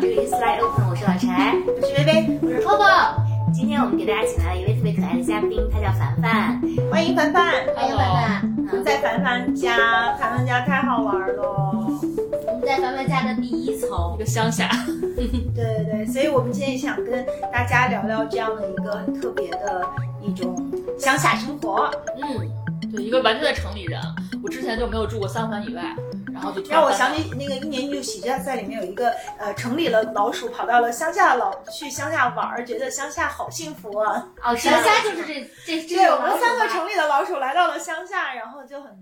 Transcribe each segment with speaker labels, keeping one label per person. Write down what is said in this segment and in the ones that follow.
Speaker 1: 里是 Fly Open，我是老柴，
Speaker 2: 我是薇薇，
Speaker 1: 我是 Coco。今天我们给大家请来了一位特别可爱的嘉宾，他叫凡凡。
Speaker 2: 欢迎凡凡，
Speaker 3: 欢迎哎凡凡。
Speaker 1: 嗯，
Speaker 2: 在凡凡家，凡凡家太好玩喽。
Speaker 3: 我们在凡凡家的第一层
Speaker 4: 一，个乡下，
Speaker 2: 对对对，所以我们今天想跟大家聊聊这样的一个很特别的一种乡下生活，
Speaker 4: 嗯，对，一个完全的城里人。我之前就没有住过三环以外，然后就突然
Speaker 2: 让我
Speaker 4: 搬
Speaker 2: 想起那个一年一度喜剧大赛里面有一个呃城里的老鼠跑到了乡下老去乡下玩儿，觉得乡下好幸福啊。
Speaker 1: 哦，
Speaker 3: 小虾就是这这这
Speaker 2: 对，
Speaker 3: 种
Speaker 2: 我
Speaker 3: 老
Speaker 2: 们
Speaker 3: 鼠
Speaker 2: 三个
Speaker 3: 吧
Speaker 2: 城里的老鼠来到了乡下，然后就很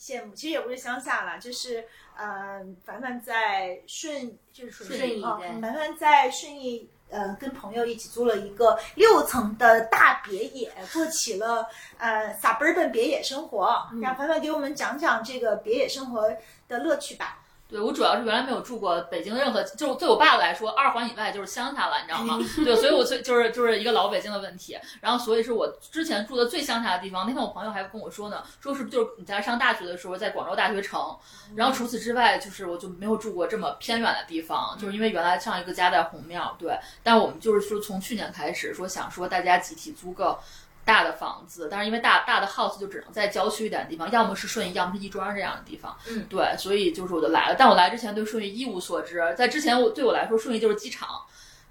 Speaker 2: 羡慕。其实也不是乡下啦，就是呃，凡凡在顺就是属于
Speaker 3: 顺义
Speaker 2: 啊
Speaker 3: 对
Speaker 2: 凡凡在顺义。呃，跟朋友一起租了一个六层的大别野，过起了呃 suburban 别野生活。
Speaker 3: 嗯
Speaker 2: 让凡凡给我们讲讲这个别野生活的乐趣吧。
Speaker 4: 对我主要是原来没有住过北京任何，就是对我爸来说，二环以外就是乡下了，你知道吗？对，所以我最就是就是一个老北京的问题。然后，所以是我之前住的最乡下的地方。那天我朋友还跟我说呢，说是不是就是你在上大学的时候在广州大学城。然后除此之外，就是我就没有住过这么偏远的地方，就是因为原来上一个家在红庙，对。但我们就是说从去年开始说想说大家集体租个。大的房子，但是因为大大的 house 就只能在郊区一点的地方，要么是顺义，要么是亦庄这样的地方。对，所以就是我就来了。但我来之前对顺义一无所知，在之前我对我来说顺义就是机场。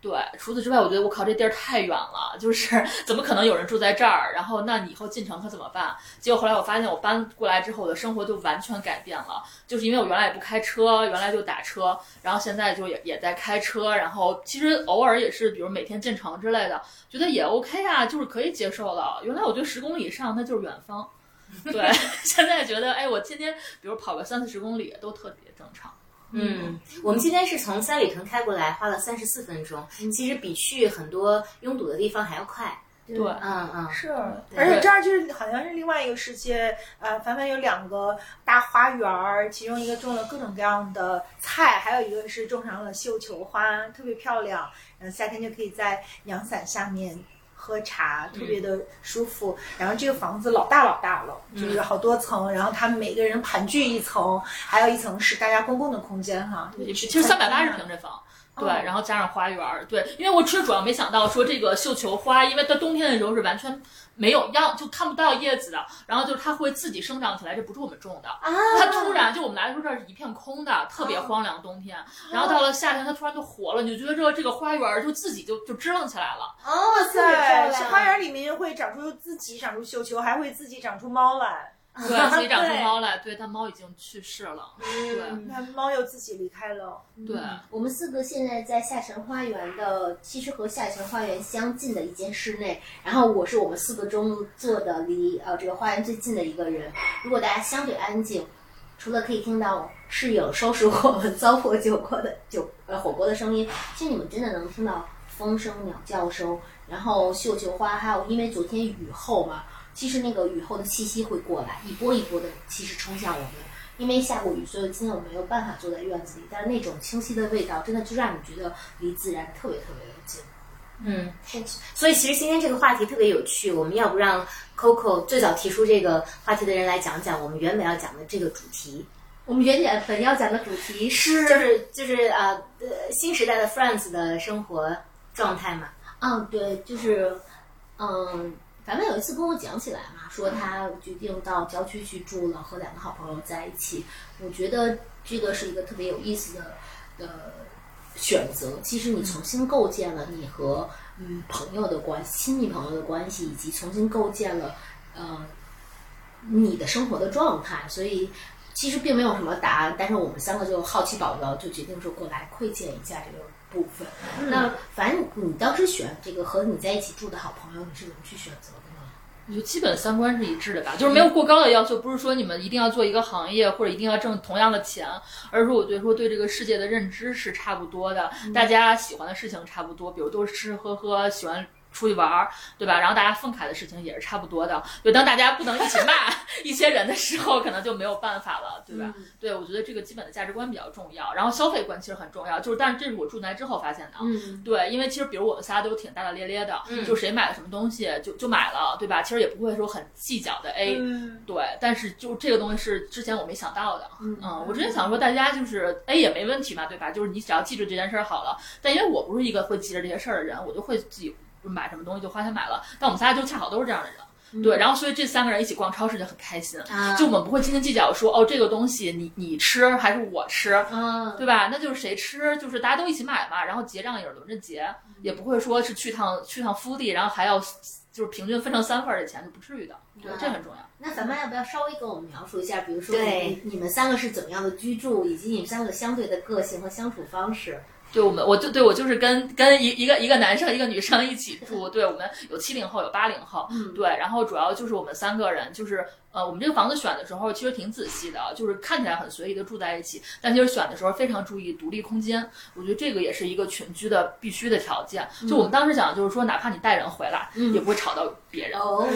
Speaker 4: 对，除此之外，我觉得我靠，这地儿太远了，就是 怎么可能有人住在这儿？然后那你以后进城可怎么办？结果后来我发现，我搬过来之后，我的生活就完全改变了，就是因为我原来也不开车，原来就打车，然后现在就也也在开车，然后其实偶尔也是，比如每天进城之类的，觉得也 OK 啊，就是可以接受了。原来我觉得十公里以上那就是远方， 对，现在觉得哎，我天天比如跑个三四十公里都特别正常。
Speaker 1: 嗯，我们今天是从三里屯开过来，花了三十四分钟，其实比去很多拥堵的地方还要快。
Speaker 2: 对
Speaker 4: 对
Speaker 1: 嗯嗯，
Speaker 2: 是，而且这儿就是好像是另外一个世界。呃，凡凡有两个大花园儿，其中一个种了各种各样的菜，还有一个是种上了绣球花，特别漂亮。嗯，夏天就可以在阳伞下面喝茶，特
Speaker 3: 嗯
Speaker 2: 别的舒服。然后这个房子老大老大了，
Speaker 3: 嗯
Speaker 2: 就是好多层，然后他们每个人盘踞一层，还有一层是大家公共的空间哈。
Speaker 3: 嗯
Speaker 4: 其实三百八十平这房。对，
Speaker 2: 哦
Speaker 4: 然后加上花园儿，对，因为我其实主要没想到说这个绣球花，因为它冬天的时候是完全没有样，就看不到叶子的，然后就是它会自己生长起来，这不是我们种的，
Speaker 2: 啊
Speaker 4: 它突然就我们来的时候这儿是一片空的，特别荒凉冬
Speaker 2: 啊
Speaker 4: 天，然后到了夏天它突然就活了，你就觉得这个这个花园儿就自己就就支棱起来了，
Speaker 2: 哦，哇
Speaker 3: 特别漂
Speaker 2: 塞！
Speaker 3: 亮
Speaker 2: 小花园里面会长出自己长出绣球，还会自己长出猫来。
Speaker 4: 对，自己长出
Speaker 2: 啊对嗯
Speaker 4: 猫来，对，但猫已经去世了，对
Speaker 3: 嗯
Speaker 2: 那猫又自己离开了。
Speaker 4: 对，
Speaker 3: 我们四个现在在下沉花园的，其实和下沉花园相近的一间室内。然后我是我们四个中坐的离呃这个花园最近的一个人。如果大家相对安静，除了可以听到室友收拾我们糟粕酒锅的酒呃火锅的声音，其实你们真的能听到风声、鸟叫声，然后绣球花，还有因为昨天雨后嘛，其实那个雨后的气息会过来，一波一波的，其实冲向我们。因为下过雨，所以今天我没有办法坐在院子里，但是那种清晰的味道，真的就让你觉得离自然特别特别的近。
Speaker 1: 嗯，所以其实今天这个话题特别有趣，我们要不让 Coco 最早提出这个话题的人来讲讲我们原本要讲的这个主题，
Speaker 3: 我们原点本要讲的主题是，
Speaker 1: 就是就是呃呃新时代的 Friends 的生活状态嘛。
Speaker 3: 嗯，对，就是，嗯，凡凡有一次跟我讲起来嘛，说他决定到郊区去住了，和两个好朋友在一起。我觉得这个是一个特别有意思的的选择。其实你重新构建了你和嗯朋友的关系，亲密朋友的关系，以及重新构建了呃你的生活的状态，所以。其实并没有什么答案，但是我们三个就好奇宝宝就决定说过来窥见一下这个部分。那反正你当时选这个和你在一起住的好朋友，你是怎么去选择的呢？
Speaker 4: 我觉得基本三观是一致的吧，就是没有过高的要求，不是说你们一定要做一个行业或者一定要挣同样的钱，而是说我觉得说对这个世界的认知是差不多的，大家喜欢的事情差不多，比如都是吃吃喝喝，喜欢。出去玩儿，对吧？然后大家愤慨的事情也是差不多的。就当大家不能一起骂一些人的时候，可能就没有办法了，对吧？对，我觉得这个基本的价值观比较重要，然后消费观其实很重要。就是，但是这是我住进来之后发现的啊。
Speaker 3: 嗯，
Speaker 4: 对，因为其实比如我们仨都挺大大咧咧的，
Speaker 1: 嗯
Speaker 4: 就谁买了什么东西就就买了，对吧？其实也不会说很计较的，哎，
Speaker 2: 嗯，
Speaker 4: 对，但是就这个东西是之前我没想到的，
Speaker 3: 嗯
Speaker 4: 我之前想说大家就是哎也没问题嘛，对吧？就是你只要记住这件事儿好了。但因为我不是一个会记着这些事儿的人，我就会自己买什么东西就花钱买了。但我们仨就恰好都是这样的人，对，然后所以这三个人一起逛超市就很开心，
Speaker 1: 啊，
Speaker 4: 就我们不会斤斤计较说哦这个东西你你吃还是我吃，
Speaker 3: 嗯，
Speaker 4: 对吧？那就是谁吃，就是大家都一起买嘛，然后结账也是轮着结，也不会说是去趟去趟 foodie，然后还要就是平均分成三份儿的钱，就不至于的。对，这很重要。
Speaker 3: 那咱们要不要稍微给我们描述一下，比如说
Speaker 1: 对
Speaker 3: 你你们三个是怎么样的居住，以及你们三个相对的个性和相处方式？
Speaker 4: 对我们，我就对我就是跟跟一一个一个男生一个女生一起住，对我们有七零后有八零后，
Speaker 3: 嗯
Speaker 4: 对，然后主要就是我们三个人，就是呃，我们这个房子选的时候其实挺仔细的，啊就是看起来很随意的住在一起，但其实选的时候非常注意独立空间，我觉得这个也是一个群居的必须的条件。就我们当时讲，就是说哪怕你带人回来，
Speaker 3: 嗯
Speaker 4: 也不会吵到别人。
Speaker 3: 哦，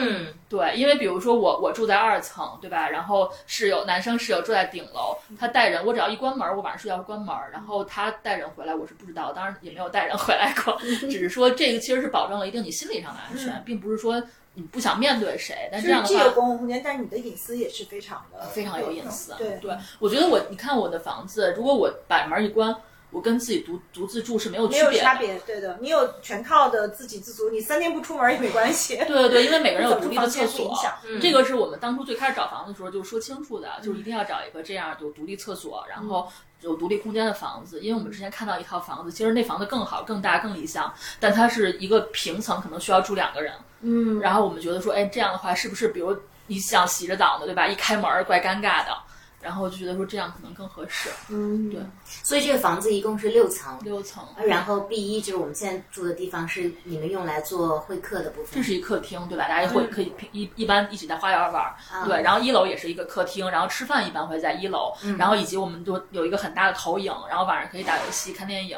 Speaker 1: 嗯，
Speaker 4: 对，因为比如说我我住在二层，对吧？然后室友男生室友住在顶楼，
Speaker 2: 嗯
Speaker 4: 他带人，我只要一关门，我晚上睡觉会关门，然后他带人回来，我是不知道，当然也没有带人回来过，
Speaker 2: 嗯
Speaker 4: 只是说这个其实是保证了一定你心理上的安全，并不是说你不想面对谁，但
Speaker 2: 就嗯是
Speaker 4: 这样的
Speaker 2: 既有
Speaker 4: 话。呃
Speaker 2: 公共空间，但是你的隐私也是非常的
Speaker 4: 非常有隐私啊
Speaker 2: 对，
Speaker 4: 对，我觉得我，你看我的房子，如果我把门一关，我跟自己独独自住是没有
Speaker 2: 没
Speaker 4: 区
Speaker 2: 有
Speaker 4: 别
Speaker 2: 差
Speaker 4: 的。
Speaker 2: 别，对的，你有全套的自给自足，你三天不出门也没关 系。
Speaker 4: 对对对，因为每个人有
Speaker 2: 怎
Speaker 4: 独
Speaker 2: 么
Speaker 4: 立的
Speaker 2: 房
Speaker 4: 厕
Speaker 2: 间不
Speaker 4: 所
Speaker 2: 影，响？
Speaker 1: 嗯
Speaker 4: 这个是我们当初最开始找房子的时候就说清楚的，
Speaker 2: 嗯
Speaker 4: 就是一定要找一个这样有独立厕所，然后有独立空间的房子。因为我们之前看到一套房子，其实那房子更好、更大、更理想，但它是一个平层，可能需要住两个人。
Speaker 3: 嗯，
Speaker 4: 然后我们觉得说，哎，这样的话是不是，比如你想洗着澡呢，对吧？一开门儿怪尴尬的，然后就觉得说这样可能更合适。
Speaker 3: 嗯，
Speaker 4: 对
Speaker 1: 所以这个房子一共是六层，
Speaker 4: 六层，
Speaker 2: 啊
Speaker 1: 然后 B 一就是我们现在住的地方，是你们用来做会客的部
Speaker 4: 这
Speaker 1: 分。
Speaker 4: 是一客厅，对吧？大家会可以一一般一起在花园玩儿，
Speaker 1: 啊
Speaker 4: 对。然后一楼也是一个客厅，然后吃饭一般会在一楼，
Speaker 1: 嗯
Speaker 4: 然后以及我们就有一个很大的投影，然后晚上可以打游戏、看电影。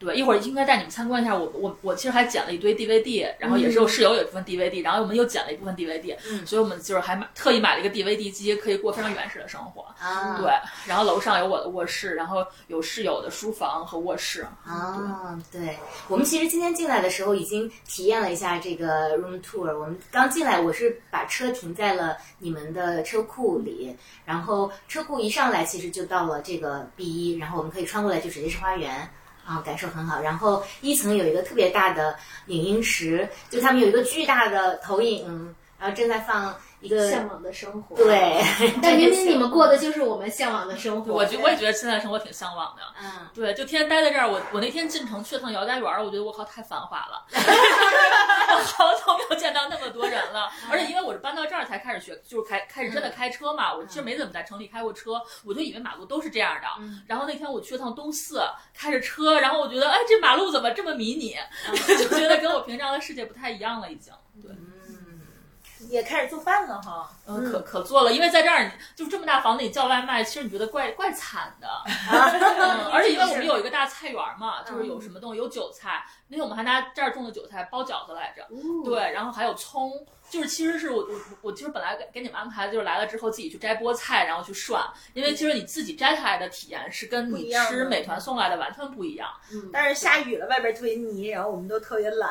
Speaker 4: 对，一会儿应该带你们参观一下我我我其实还捡了一堆 DVD，然后也是有室友有一部分 DVD，然后我们又捡了一部分 DVD，、
Speaker 1: 嗯
Speaker 4: 所以我们就是还买特意买了一个 DVD 机，可以过非常原始的生活。
Speaker 1: 啊，
Speaker 4: 对，然后楼上有我的卧室，然后有室友的书房和卧室。
Speaker 1: 啊，对，我们其实今天进来的时候已经体验了一下这个 room tour。我们刚进来，我是把车停在了你们的车库里，然后车库一上来其实就到了这个 B 一，然后我们可以穿过来就直接是花园。啊，感受很好。然后一层有一个特别大的影音室，就他们有一个巨大的投影，然后正在放一个
Speaker 3: 向往的生活。，
Speaker 1: 对，
Speaker 3: 但明明你们过的就是我们向往的生活。
Speaker 4: 我觉我也觉得现在生活挺向往的。
Speaker 1: 嗯，
Speaker 4: 对，就天天待在这儿。我我那天进城去了趟姚家园儿，我觉得我靠太繁华了，我好久没有见到那么多人了。而且因为我是搬到这儿才开始学，就是开开始真的开车嘛，我其实没怎么在城里开过车，我就以为马路都是这样的。
Speaker 1: 嗯
Speaker 4: 然后那天我去了趟东四，开着车，然后我觉得哎这马路怎么这么迷你， 就觉得跟我平常的世界不太一样了已经。对，
Speaker 1: 嗯，
Speaker 2: 也开始做饭了哈，
Speaker 4: 嗯，可可做了，因为在这儿你就这么大房子，你叫外卖，其实你觉得怪怪惨 的。
Speaker 2: 啊
Speaker 4: 嗯而且因为我们有一个大菜园嘛，就是有
Speaker 2: 嗯
Speaker 4: 什么东西，有韭菜，那天我们还拿这儿种的韭菜包饺子来着。
Speaker 3: 嗯，
Speaker 4: 对，然后还有葱，就是其实是我我我其实本来给给你们安排的就是来了之后自己去摘菠菜，然后去涮，因为其实你自己摘下来的体验是跟
Speaker 2: 不
Speaker 4: 你
Speaker 2: 一样
Speaker 4: 吃
Speaker 2: 的
Speaker 4: 美团送来的完全不一样。
Speaker 3: 嗯，
Speaker 2: 但是下雨了，外边特别泥，然后我们都特别懒。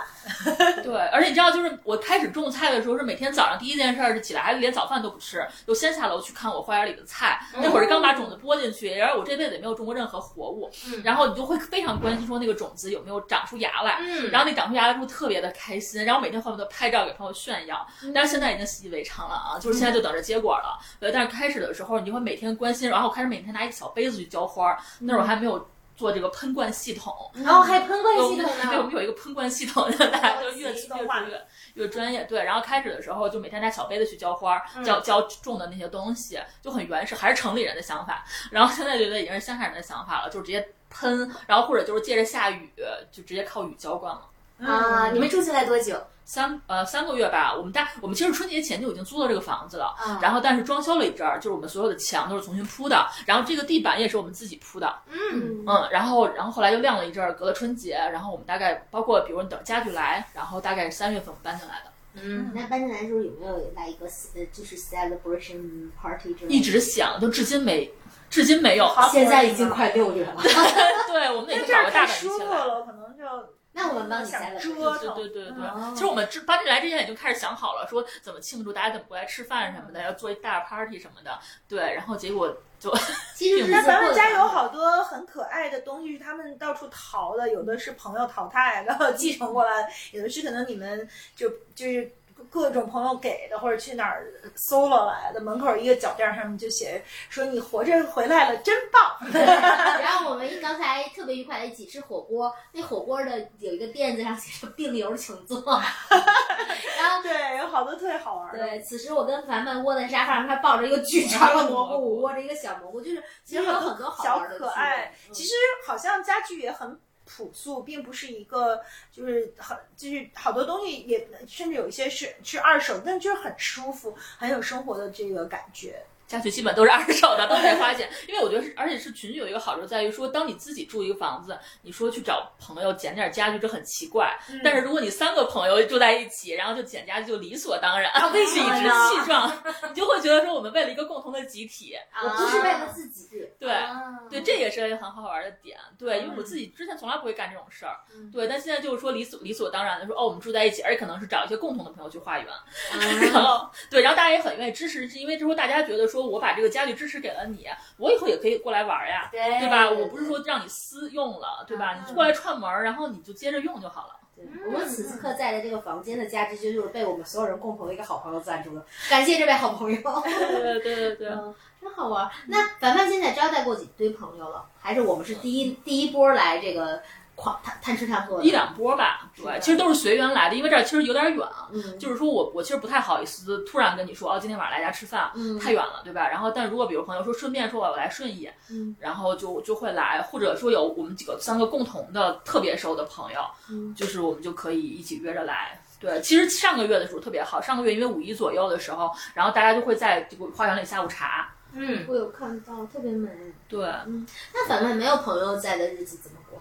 Speaker 4: 对，而且你知道，就是我开始种菜的时候，是每天早上第一件事儿是起来，还连早饭都不吃，就先下楼去看我花园里的菜。
Speaker 1: 嗯
Speaker 4: 那会儿刚把种子播进去，然后我这辈子也没有种过任何活物，
Speaker 1: 嗯
Speaker 4: 然后你就会非常关心说那个种子有没有长出芽来。
Speaker 1: 嗯
Speaker 4: 然后那长出芽来之后特别的开心，然后每天恨不得拍照给朋友炫耀，
Speaker 1: 嗯
Speaker 4: 但是现在已经习以为常了啊，就是现在就等着结果了。对，但是开始的时候你就会每天关心，然后我开始每天拿一个小杯子去浇花儿，那
Speaker 1: 嗯
Speaker 4: 会儿还没有做这个喷灌系统，
Speaker 1: 然后还喷灌
Speaker 4: 对，我
Speaker 1: 系
Speaker 4: 们
Speaker 1: 统
Speaker 4: 对，我
Speaker 1: 呢，哦
Speaker 4: 们有一个喷灌系统，大家就越越
Speaker 2: 自
Speaker 4: 越
Speaker 2: 动化
Speaker 4: 越越专业。对，然后开始的时候就每天拿小杯子去浇花儿，
Speaker 1: 嗯
Speaker 4: 浇浇种的那些东西就很原始，还是城里人的想法。然后现在觉得已经是乡下人的想法了，就直接喷，然后或者就是借着下雨就直接靠雨浇灌了。
Speaker 2: 嗯
Speaker 1: 啊！你们住进来多久？
Speaker 4: 三呃三个月吧，我们大我们其实春节前就已经租到这个房子了，
Speaker 1: 啊
Speaker 4: 然后但是装修了一阵儿，就是我们所有的墙都是重新铺的，然后这个地板也是我们自己铺的，
Speaker 1: 嗯，
Speaker 4: 嗯，然后然后后来又晾了一阵儿，隔了春节，然后我们大概包括比如你等家具来，然后大概是三月份我们搬进来的，
Speaker 1: 嗯，
Speaker 3: 那搬进来的时候有没有来一个呃，就是 celebration party 之类的？
Speaker 4: 一直想，就至今没至今没有。
Speaker 2: 好
Speaker 3: 现在已经快六月了。
Speaker 4: 对，我们
Speaker 2: 那
Speaker 4: 得
Speaker 2: 这
Speaker 4: 搞
Speaker 2: 儿
Speaker 4: 个大
Speaker 2: 太
Speaker 4: 板一
Speaker 2: 舒
Speaker 4: 起
Speaker 2: 服
Speaker 4: 来。
Speaker 2: 了，可能就
Speaker 3: 那我们帮你
Speaker 2: 想
Speaker 3: celebrate
Speaker 2: 折
Speaker 4: 对
Speaker 2: 腾，
Speaker 4: 对对对对，
Speaker 3: 哦
Speaker 2: 嗯
Speaker 4: 其实我们之搬进来之前已经开始想好了，说怎么庆祝，大家怎么过来吃饭什么的，要做一大 party 什么的。对，然后结果
Speaker 3: 其实日
Speaker 2: 但
Speaker 3: 子
Speaker 2: 咱们
Speaker 3: 过
Speaker 2: 家
Speaker 3: 得
Speaker 2: 有好多很可爱的东西是他们到处淘的，有的是朋友淘汰 的继承过来，有的是可能你们就就是各种朋友给的，或者去哪儿搜了来的。门口一个脚垫上面就写说你活着回来了，真棒。
Speaker 3: 然后我们刚才特别愉快的一起吃火锅，那火锅的有一个垫子上写着“病友请 坐”，然后。
Speaker 2: 对，有好多特别好玩的。
Speaker 3: 对，此时我跟凡凡窝在沙发上，他抱着一个巨长的蘑菇，我握着一个小蘑菇，就是其实有很多好
Speaker 2: 小
Speaker 3: 玩的嗯
Speaker 2: 可爱
Speaker 3: 趣，味
Speaker 2: 其实好像家具也很朴素，并不是一个就是很就是好多东西也甚至有一些是是二手，但就是很舒服，很有生活的这个感觉。
Speaker 4: 家具基本都是二手的，都没发现。因为我觉得是，而且是群居有一个好处在于说，当你自己住一个房子，你说去找朋友捡点家具，这很奇怪。但是如果你三个朋友住在一起，然后就捡家具，就理所当然，
Speaker 1: 啊为
Speaker 4: 理
Speaker 1: 什
Speaker 4: 直
Speaker 1: 么呢
Speaker 4: 气壮， 你就会觉得说我们为了一个共同的集体，
Speaker 3: 我不是为了自己，
Speaker 4: 对。
Speaker 1: 啊
Speaker 4: 对，这也是一个很好玩的点。对，因为我自己之前从来不会干这种事儿。
Speaker 2: 嗯
Speaker 4: 对，但现在就是说理所理所当然的说，哦，我们住在一起，而且可能是找一些共同的朋友去花园。 然后，对，然后大家也很愿意支持，是因为这时候大家觉得说我把这个家具支持给了你，我以后也可以过来玩呀，
Speaker 1: 对
Speaker 4: 对
Speaker 3: 哎
Speaker 4: 吧？我不是说让你私用了，对吧？
Speaker 3: 嗯
Speaker 4: 你过来串门儿，然后你就接着用就好了。
Speaker 3: 对我们此刻在的这个房间的价值，就是被我们所有人共同的一个好朋友赞助的，感谢这位好朋友。
Speaker 4: 对对对对 对。
Speaker 3: 嗯，真好玩儿。那凡凡现在招待过几堆朋友了？还是我们是第一第一波来这个狂探探吃探喝的？
Speaker 4: 一两波吧，
Speaker 3: 是的
Speaker 4: 对，其实都是随缘来的，因为这儿其实有点远，啊
Speaker 3: 嗯
Speaker 4: 就是说我我其实不太好意思突然跟你说哦，今天晚上来家吃饭，
Speaker 3: 嗯
Speaker 4: 太远了，对吧？然后但如果比如朋友说顺便说我来顺义，
Speaker 3: 嗯
Speaker 4: 然后就就会来，或者说有我们几个三个共同的特别熟的朋友，
Speaker 3: 嗯
Speaker 4: 就是我们就可以一起约着来。对，其实上个月的时候特别好，上个月因为五一左右的时候，然后大家就会在这个花园里下午茶。
Speaker 1: 嗯，
Speaker 3: 我有看到，特别美。
Speaker 4: 对，
Speaker 3: 那凡凡没有朋友在的日子怎么过？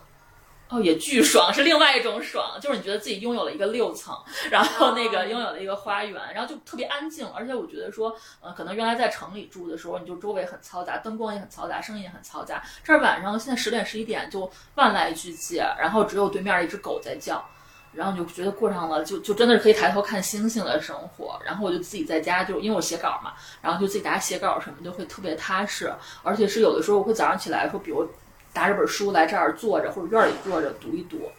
Speaker 4: 哦，也巨爽，是另外一种爽，就是你觉得自己拥有了一个六层，然后那
Speaker 3: 哦
Speaker 4: 个拥有了一个花园，然后就特别安静，而且我觉得说，呃，可能原来在城里住的时候，你就周围很嘈杂，灯光也很嘈杂，声音也很嘈杂。这儿晚上现在十点十一点就万籁俱寂，然后只有对面一只狗在叫，然后你就觉得过上了就就真的是可以抬头看星星的生活。然后我就自己在家，就因为我写稿嘛，然后就自己在家写稿什么，就会特别踏实，而且是有的时候我会早上起来说，比如。拿着本书来这儿坐着，或者院儿里坐着读一读，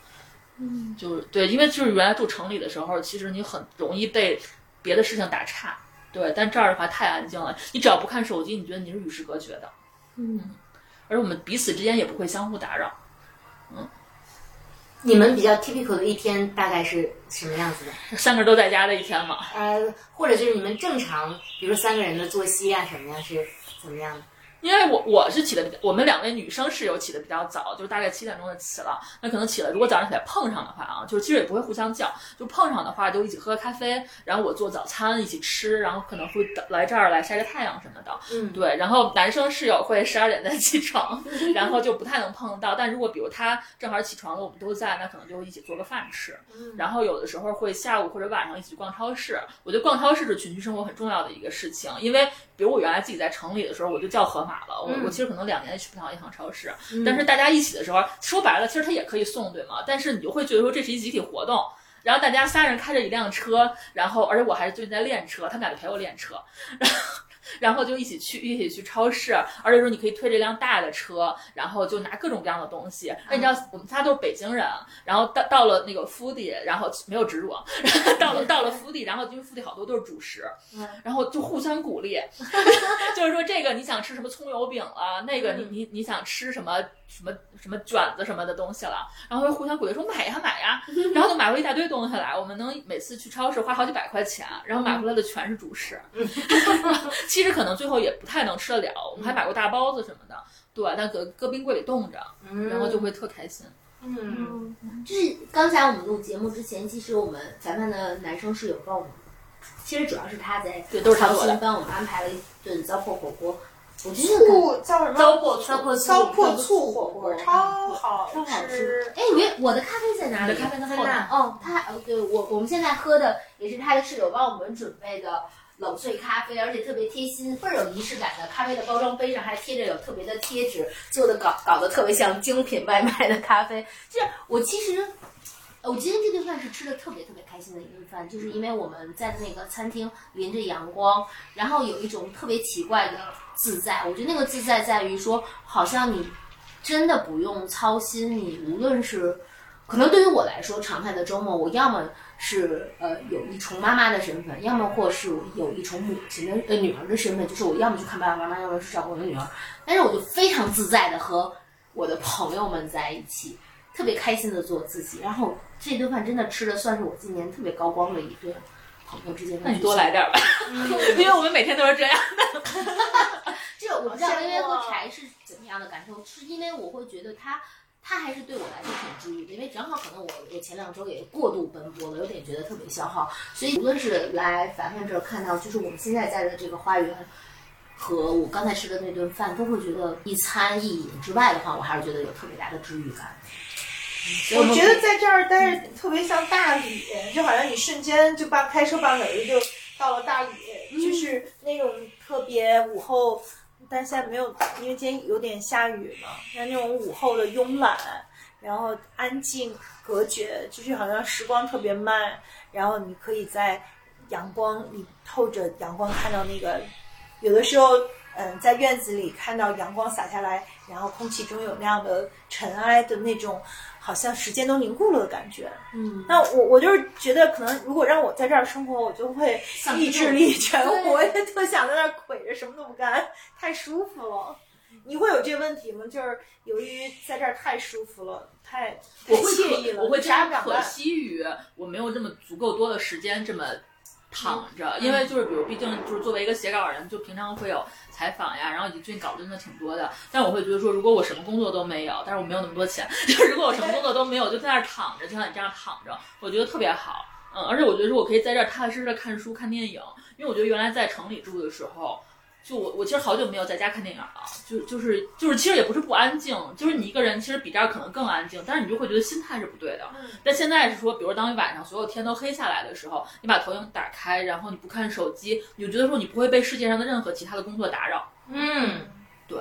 Speaker 3: 嗯，
Speaker 4: 就是对，因为就是原来住城里的时候，其实你很容易被别的事情打岔，对。但这儿的话太安静了，你只要不看手机，你觉得你是与世隔绝的，
Speaker 3: 嗯，
Speaker 4: 而我们彼此之间也不会相互打扰。
Speaker 1: 你们比较 typical 的一天大概是什么样子的？
Speaker 4: 三个人都在家的一天嘛，
Speaker 1: 呃，或者就是你们正常，比如说三个人的作息啊什么样是怎么样的？
Speaker 4: 因为我我是起的，我们两位女生室友起的比较早，就是大概七点钟就起了。那可能起了，如果早上起来碰上的话啊，就是其实也不会互相叫，就碰上的话就一起喝个咖啡，然后我做早餐一起吃，然后可能会来这儿来晒个太阳什么的。
Speaker 1: 嗯，
Speaker 4: 对，然后男生室友会十二点再起床，然后就不太能碰到。但如果比如他正好起床了，我们都在，那可能就一起做个饭吃。然后有的时候会下午或者晚上一起去逛超市。我觉得逛超市是群居生活很重要的一个事情，因为比如我原来自己在城里的时候，我就叫盒马了，我、我其实可能两年也去不了一趟超市。但是大家一起的时候，说白了，其实他也可以送，对吗？但是你就会觉得说这是一集体活动。然后大家仨人开着一辆车，然后而且我还是最近在练车，他们俩就陪我练车，然后就一起去一起去超市，而且说你可以推着一辆大的车，然后就拿各种各样的东西。那你知道我们仨都是北京人，然后到到了那个福地，然后没有植入啊，然后到了到了福地，然后因为福地好多都是主食
Speaker 3: 嗯，
Speaker 4: 然后就互相鼓励， 就是说这个你想吃什么葱油饼了，那个你你你想吃什么什么什么卷子什么的东西了，然后就互相鼓励说买呀买呀，然后就买回一大堆东西来。我们能每次去超市花好几百块钱，然后买回来的全是主食。其实可能最后也不太能吃得了，我们还买过大包子什么的，对，但搁搁冰柜里冻着，
Speaker 1: 嗯
Speaker 4: 然后就会特开心。
Speaker 1: 嗯，
Speaker 3: 嗯，就是刚才我们录节目之前，其实我们凡凡的男生室友帮我们，其实主要是他在
Speaker 4: 对都是他
Speaker 3: 操
Speaker 4: 做的
Speaker 3: 心帮我们安排了一顿糟粕火锅，我觉得很
Speaker 2: 醋叫什么？
Speaker 4: 糟粕
Speaker 1: 糟
Speaker 4: 醋。
Speaker 1: 粕
Speaker 2: 糟粕
Speaker 1: 醋
Speaker 2: 醋火锅，超好
Speaker 3: 超好吃
Speaker 2: 吃。。
Speaker 3: 哎，我我的咖啡在哪
Speaker 4: 你
Speaker 3: 里？
Speaker 4: 的咖啡在
Speaker 1: 在
Speaker 4: 后
Speaker 1: 那
Speaker 4: 面。
Speaker 1: 儿
Speaker 3: 哦，他呃对我我们现在喝的也是他的室友帮我们准备的冷萃咖啡，而且特别贴心，倍儿有仪式感的。咖啡的包装杯上还贴着有特别的贴纸，做的搞搞得特别像精品外卖的咖啡。就是我其实。呃我今天这顿饭是吃的特别特别开心的一顿饭，就是因为我们在那个餐厅临着阳光，然后有一种特别奇怪的自在。我觉得那个自在在于说，好像你真的不用操心，你无论是可能对于我来说，常态的周末，我要么是呃有一重妈妈的身份，要么或是我有一重母亲的呃女儿的身份，就是我要么去看爸爸妈妈，要么去照顾我的女儿。但是我就非常自在的和我的朋友们在一起，特别开心的做自己。然后这顿饭真的吃的算是我今年特别高光的一顿朋友之间的。
Speaker 4: 那你多来。点儿吧， 因为我们每天都是这样。
Speaker 3: 这我不知道，因为喝茶是怎么样的感受，是因为我会觉得它，它还是对我来说挺治愈的，因为正好可能我我前两周也过度奔波了，有点觉得特别消耗，所以无论是来凡凡这儿看到，就是我们现在在的这个花园。和我刚才吃的那顿饭，都会觉得一餐一饮之外的话，我还是觉得有特别大的治愈感。嗯
Speaker 2: 我觉得在这儿待着特别像大理，就好像你瞬间就半开车半尾就到了大理，就是那种特别午后，但现在没有，因为今天有点下雨嘛，但那种午后的慵懒，然后安静隔绝，就是好像时光特别慢，然后你可以在阳光，你透着阳光看到那个，有的时候。嗯，在院子里看到阳光洒下来，然后空气中有那样的尘埃的那种好像时间都凝固了的感觉。
Speaker 3: 嗯，
Speaker 2: 那我我就是觉得，可能如果让我在这儿生活，我就会
Speaker 3: 丧
Speaker 2: 意
Speaker 3: 失
Speaker 2: 志力全无，我也特想在那儿跪着，什么都不干，太舒服了。
Speaker 4: 嗯
Speaker 2: 你会有这个问题吗？就是由于在这儿太舒服了，太太
Speaker 4: 我会
Speaker 2: 惬意了，
Speaker 4: 可我会
Speaker 2: 啥
Speaker 4: 常
Speaker 2: 也不想
Speaker 4: 可
Speaker 2: 干。
Speaker 4: 惜于我没有这么足够多的时间这么躺
Speaker 2: 嗯
Speaker 4: 着，因为就是比如毕竟就是作为一个写稿人，就平常会有采访呀，然后以及最近稿子真的挺多的，但我会觉得说，如果我什么工作都没有，但是我没有那么多钱， 就是如果我什么工作都没有，就在那儿躺着，就像你这样躺着，我觉得特别好。嗯，而且我觉得说我可以在这儿踏踏实实的看书、看电影，因为我觉得原来在城里住的时候，就我我其实好久没有在家看电影了，就就是就是其实也不是不安静，就是你一个人其实比这儿可能更安静，但是你就会觉得心态是不对的。但现在是说，比如当你晚上所有天都黑下来的时候，你把投影打开，然后你不看手机，你就觉得说你不会被世界上的任何其他的工作打扰。
Speaker 1: 嗯，
Speaker 4: 对，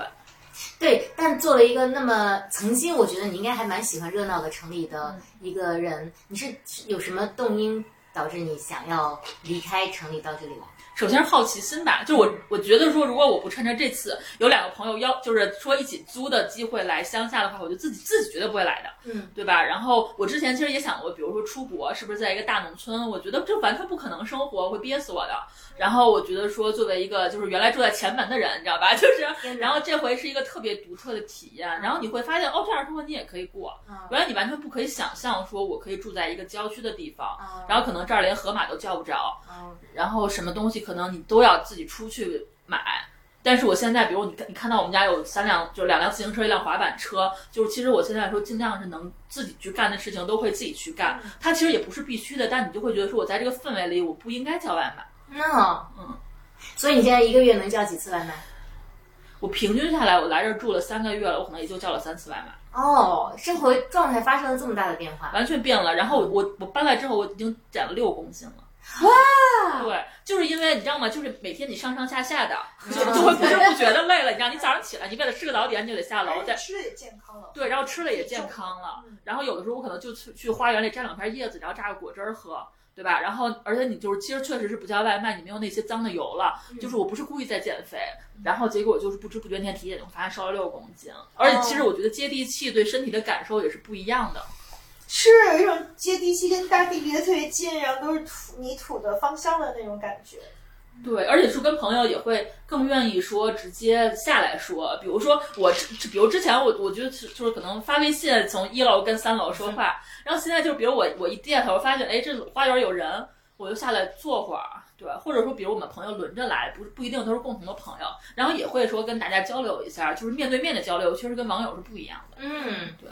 Speaker 1: 对，但作为一个那么曾经，我觉得你应该还蛮喜欢热闹的城里的
Speaker 4: 嗯
Speaker 1: 一个人，你是有什么动因导致你想要离开城里到这里来？
Speaker 4: 首先是好奇心吧，就我我觉得说，如果我不趁着这次有两个朋友邀，就是说一起租的机会来乡下的话，我就自己自己绝对不会来的。
Speaker 1: 嗯，
Speaker 4: 对吧？然后我之前其实也想过，比如说出国，是不是在一个大农村？我觉得这完全不可能生活，会憋死我的。然后我觉得说，作为一个就是原来住在前门的人，你知道吧？ 就是，然后这回是一个特别独特的体验。然后你会发现，哦，这样的生活你也可以过。原来你完全不可以想象，说我可以住在一个郊区的地方，然后可能这儿连河马都叫不着，
Speaker 1: 哦
Speaker 4: 然后什么东西可能你都要自己出去买。但是我现在，比如你看你看到我们家有三辆，就是两辆自行车，一辆滑板车，就是其实我现在说尽量是能自己去干的事情都会自己去干，它其实也不是必须的，但你就会觉得说我在这个氛围里，我不应该叫外卖。
Speaker 1: 那
Speaker 4: 嗯，
Speaker 1: 所以你现在一个月能叫几次外卖？
Speaker 4: 我平均下来，我来这儿住了三个月了，我可能也就叫了三次外卖。
Speaker 1: 哦，生活状态发生了这么大的变化，
Speaker 4: 完全变了。然后我我我搬来之后，我已经减了六公斤了。哇！对，就是因为你知道吗？就是每天你上上下下的，就就会不知不觉的累了。你知道，你早上起来，你为了吃个早点，你就得下楼，再
Speaker 2: 吃的也健康了，
Speaker 4: 对，然后吃了也健康了
Speaker 2: 嗯。
Speaker 4: 然后有的时候我可能就去去花园里摘两片叶子，然后榨个果汁儿喝，对吧？然后而且你就是其实确实是不叫外卖，你没有那些脏的油了。就是我不是故意在减肥，然后结果就是不知不觉那天体检就发现瘦了六公斤，而且其实我觉得接地气对身体的感受也是不一样的。
Speaker 2: 是有一种接地气，跟大地离得特别近，然后都是土泥土的芳香的那种感觉。
Speaker 4: 对，而且是跟朋友也会更愿意说直接下来说，比如说我之，比如之前我我觉得是就是可能发微信从一楼跟三楼说话，然后现在就是比如我我一低下头发现哎这花园有人，我就下来坐会儿，对，或者说比如我们朋友轮着来，不不一定都是共同的朋友，然后也会说跟大家交流一下，就是面对面的交流，确实跟网友是不一样的。
Speaker 1: 嗯，
Speaker 4: 对。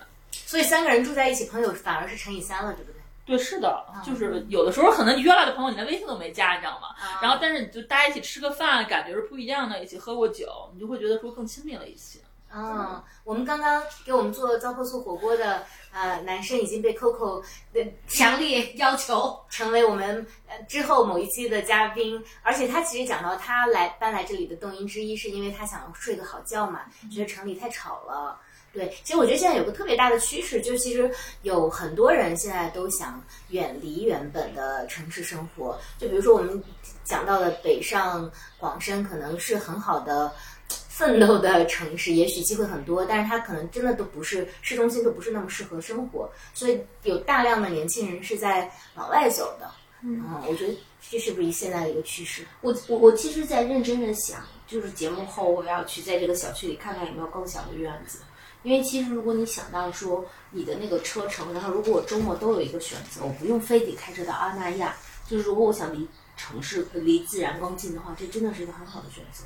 Speaker 1: 所以三个人住在一起，朋友反而是乘以三了，对不对？
Speaker 4: 对，是的，
Speaker 2: 啊
Speaker 4: 就是有的时候可能你约来的朋友，你连微信都没加，你知道吗？
Speaker 2: 啊
Speaker 4: 然后，但是你就大家一起吃个饭，感觉是不一样的，一起喝过酒，你就会觉得说更亲密了一些。
Speaker 1: 嗯，我们刚刚给我们做糟粕醋火锅的呃男生已经被 Coco 呃
Speaker 3: 强烈要求，
Speaker 1: 成为我们呃之后某一期的嘉宾，而且他其实讲到他来搬来这里的动因之一，是因为他想睡个好觉嘛，
Speaker 3: 嗯
Speaker 1: 觉得城里太吵了。对，其实我觉得现在有个特别大的趋势，就是其实有很多人现在都想远离原本的城市生活。就比如说我们讲到的北上广深，可能是很好的呃奋斗的城市，也许机会很多，但是它可能真的都不是市中心，都不是那么适合生活。所以有大量的年轻人是在往外走的。嗯，我觉得这是不是现在的一个趋势？
Speaker 3: 我我我其实，在认真的想，就是节目后我要去在这个小区里看看有没有更小的院子，因为其实如果你想到说你的那个车程，然后如果我周末都有一个选择，我不用非得开车到阿那亚，就是如果我想离城市离自然更近的话，这真的是一个很好的选择，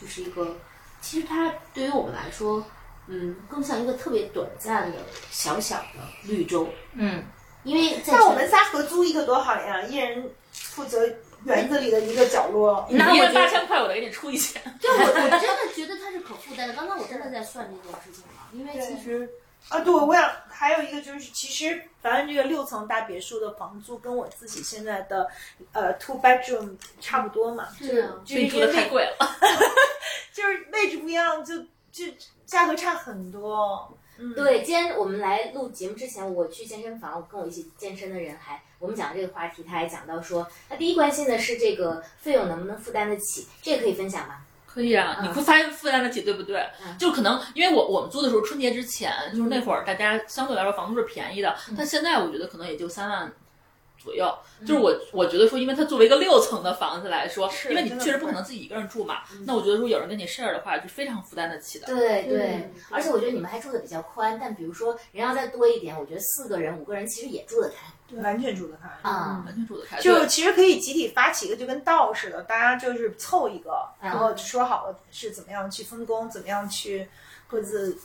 Speaker 3: 就是一个其实它对于我们来说，嗯，更像一个特别短暂的小小的绿洲，
Speaker 1: 嗯，
Speaker 3: 因为在
Speaker 2: 那我
Speaker 3: 城
Speaker 2: 们仨合租一个多好呀，一人负责园子里的一个角落。
Speaker 1: 那
Speaker 4: 一
Speaker 1: 我
Speaker 4: 人
Speaker 1: 觉
Speaker 4: 八
Speaker 1: 得
Speaker 4: 千块，我得给你出一千。
Speaker 3: 对，我我真的觉得它是可负担的。刚才我真的在算这种事情了，因为其实
Speaker 2: 啊，对，我想还有一个就是，其实咱们这个六层大别墅的房租跟我自己现在的呃 two bedroom 差不多
Speaker 1: 嗯
Speaker 2: 嘛，
Speaker 3: 是啊
Speaker 2: 就
Speaker 4: 所
Speaker 2: 是
Speaker 4: 以
Speaker 2: 因
Speaker 4: 住
Speaker 2: 为
Speaker 4: 的太贵了，
Speaker 2: 就是位置不一样，就就价格差很多。嗯，
Speaker 1: 对，今天我们来录节目之前，我去健身房，跟我一起健身的人还，我们讲这个话题，他还讲到说，那第一关心的是这个费用能不能负担得起，这个可以分享吗？
Speaker 4: 可以啊，你不发现负担得起，对不对？
Speaker 2: 嗯
Speaker 4: 就可能因为我我们租的时候，春节之前就是那会儿，大家相对来说房租是便宜的，
Speaker 2: 嗯
Speaker 4: 但现在我觉得可能也就三万。左右，就是我，我觉得说，因为它作为一个六层的房子来说，
Speaker 2: 是
Speaker 4: 因为你
Speaker 2: 真的
Speaker 4: 确实
Speaker 2: 不嗯
Speaker 4: 不可能自己一个人住嘛，那我觉得如果有人跟你 share 的话，就非常负担得起的。
Speaker 1: 对对，
Speaker 3: 嗯
Speaker 1: 而且我觉得你们还住的比较宽，但比如说人要再多一点，我觉得四个人、五个人其实也住得开
Speaker 2: 对，完全住得开。
Speaker 1: 啊。
Speaker 4: 完全住得开。
Speaker 2: 就
Speaker 4: 对
Speaker 2: 其实可以集体发起一个，就跟道似的，大家就是凑一个，
Speaker 1: 嗯
Speaker 2: 然后说好了是怎么样去分工，怎么样去各自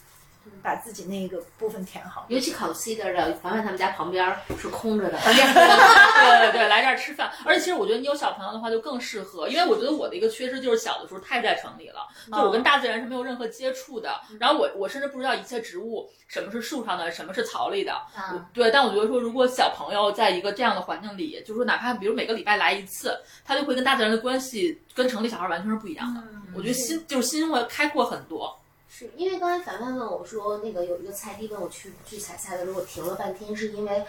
Speaker 1: 嗯
Speaker 2: 把自己那个部分填好。
Speaker 3: 尤其考 C 的了，凡凡他们家旁边是 空着的，
Speaker 4: 对对对，来这儿吃饭。而且其实我觉得你有小朋友的话就更适合，因为我觉得我的一个缺失就是小的时候太在城里了，就我跟大自然是没有任何接触的。然后我我甚至不知道一切植物什么是树上的，什么是草里的。
Speaker 1: 啊
Speaker 4: 对，但我觉得说，如果小朋友在一个这样的环境里，就是说哪怕比如每个礼拜来一次，他就会跟大自然的关系跟城里小孩完全是不一样的。
Speaker 1: 嗯
Speaker 4: 我觉得心就是心会开阔很多。
Speaker 3: 是因为刚才凡凡问我说，那个有一个菜地问我去去采菜的时候，我停了半天，是因为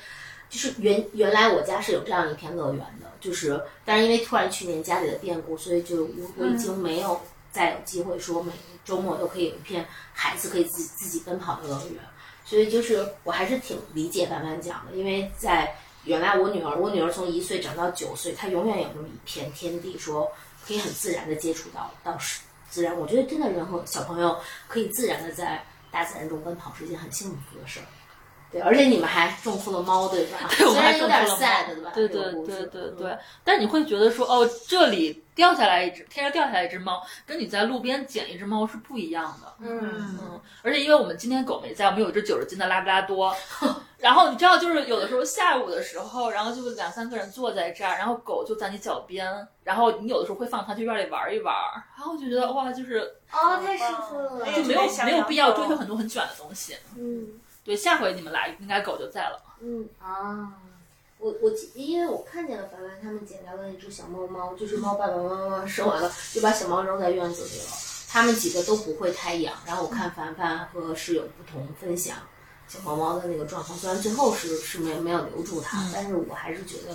Speaker 3: 就是原原来我家是有这样一片乐园的，就是但是因为突然去年家里的变故，所以就我我已经没有再有机会说每周末都可以有一片孩子可以自己自己奔跑的乐园，所以就是我还是挺理解凡凡讲的，因为在原来我女儿，我女儿从一岁长到九岁，她永远有那么一片天地，说可以很自然的接触到到是自然。我觉得真的人和小朋友可以自然的在大自然中奔跑是一件很幸福的事儿。对，而且你们还种出了猫，对吧？
Speaker 4: 对，我们
Speaker 3: 虽
Speaker 4: 还
Speaker 3: 然
Speaker 4: 种
Speaker 3: 有嗯
Speaker 4: 出
Speaker 3: 点
Speaker 4: 了
Speaker 3: sad，
Speaker 4: 猫
Speaker 3: 吧？
Speaker 4: 对
Speaker 3: 这
Speaker 4: 对
Speaker 3: 个故
Speaker 4: 对
Speaker 3: 事
Speaker 4: 对对。但是你会觉得说，哦，这里掉下来一只，天上掉下来一只猫，跟你在路边捡一只猫是不一样的。
Speaker 1: 嗯，
Speaker 4: 嗯，而且因为我们今天狗没在，我们有一只九十斤的拉布拉多， 然后你知道，就是有的时候下午的时候，然后就两三个人坐在这儿，然后狗就在你脚边，然后你有的时候会放它去院里玩一玩，然后我就觉得哇，就是
Speaker 1: 哦，太舒服了
Speaker 2: 哎呀
Speaker 4: 就
Speaker 2: 这
Speaker 4: 没有
Speaker 2: 边想
Speaker 4: 没有
Speaker 2: 养
Speaker 4: 必要
Speaker 2: 狗
Speaker 4: 追求很多很卷的东西。
Speaker 3: 嗯
Speaker 4: 对，下回你们来，应该狗就在了。
Speaker 3: 嗯。
Speaker 1: 啊。
Speaker 3: 我我记因为我看见了凡凡他们捡到的那只小猫猫，就是猫爸爸妈妈生完了就把小猫扔在院子里了。他们几个都不会太养，然后我看凡凡和室友不同分享小猫猫的那个状况，虽然最后是是没没有留住它，但是我还是觉得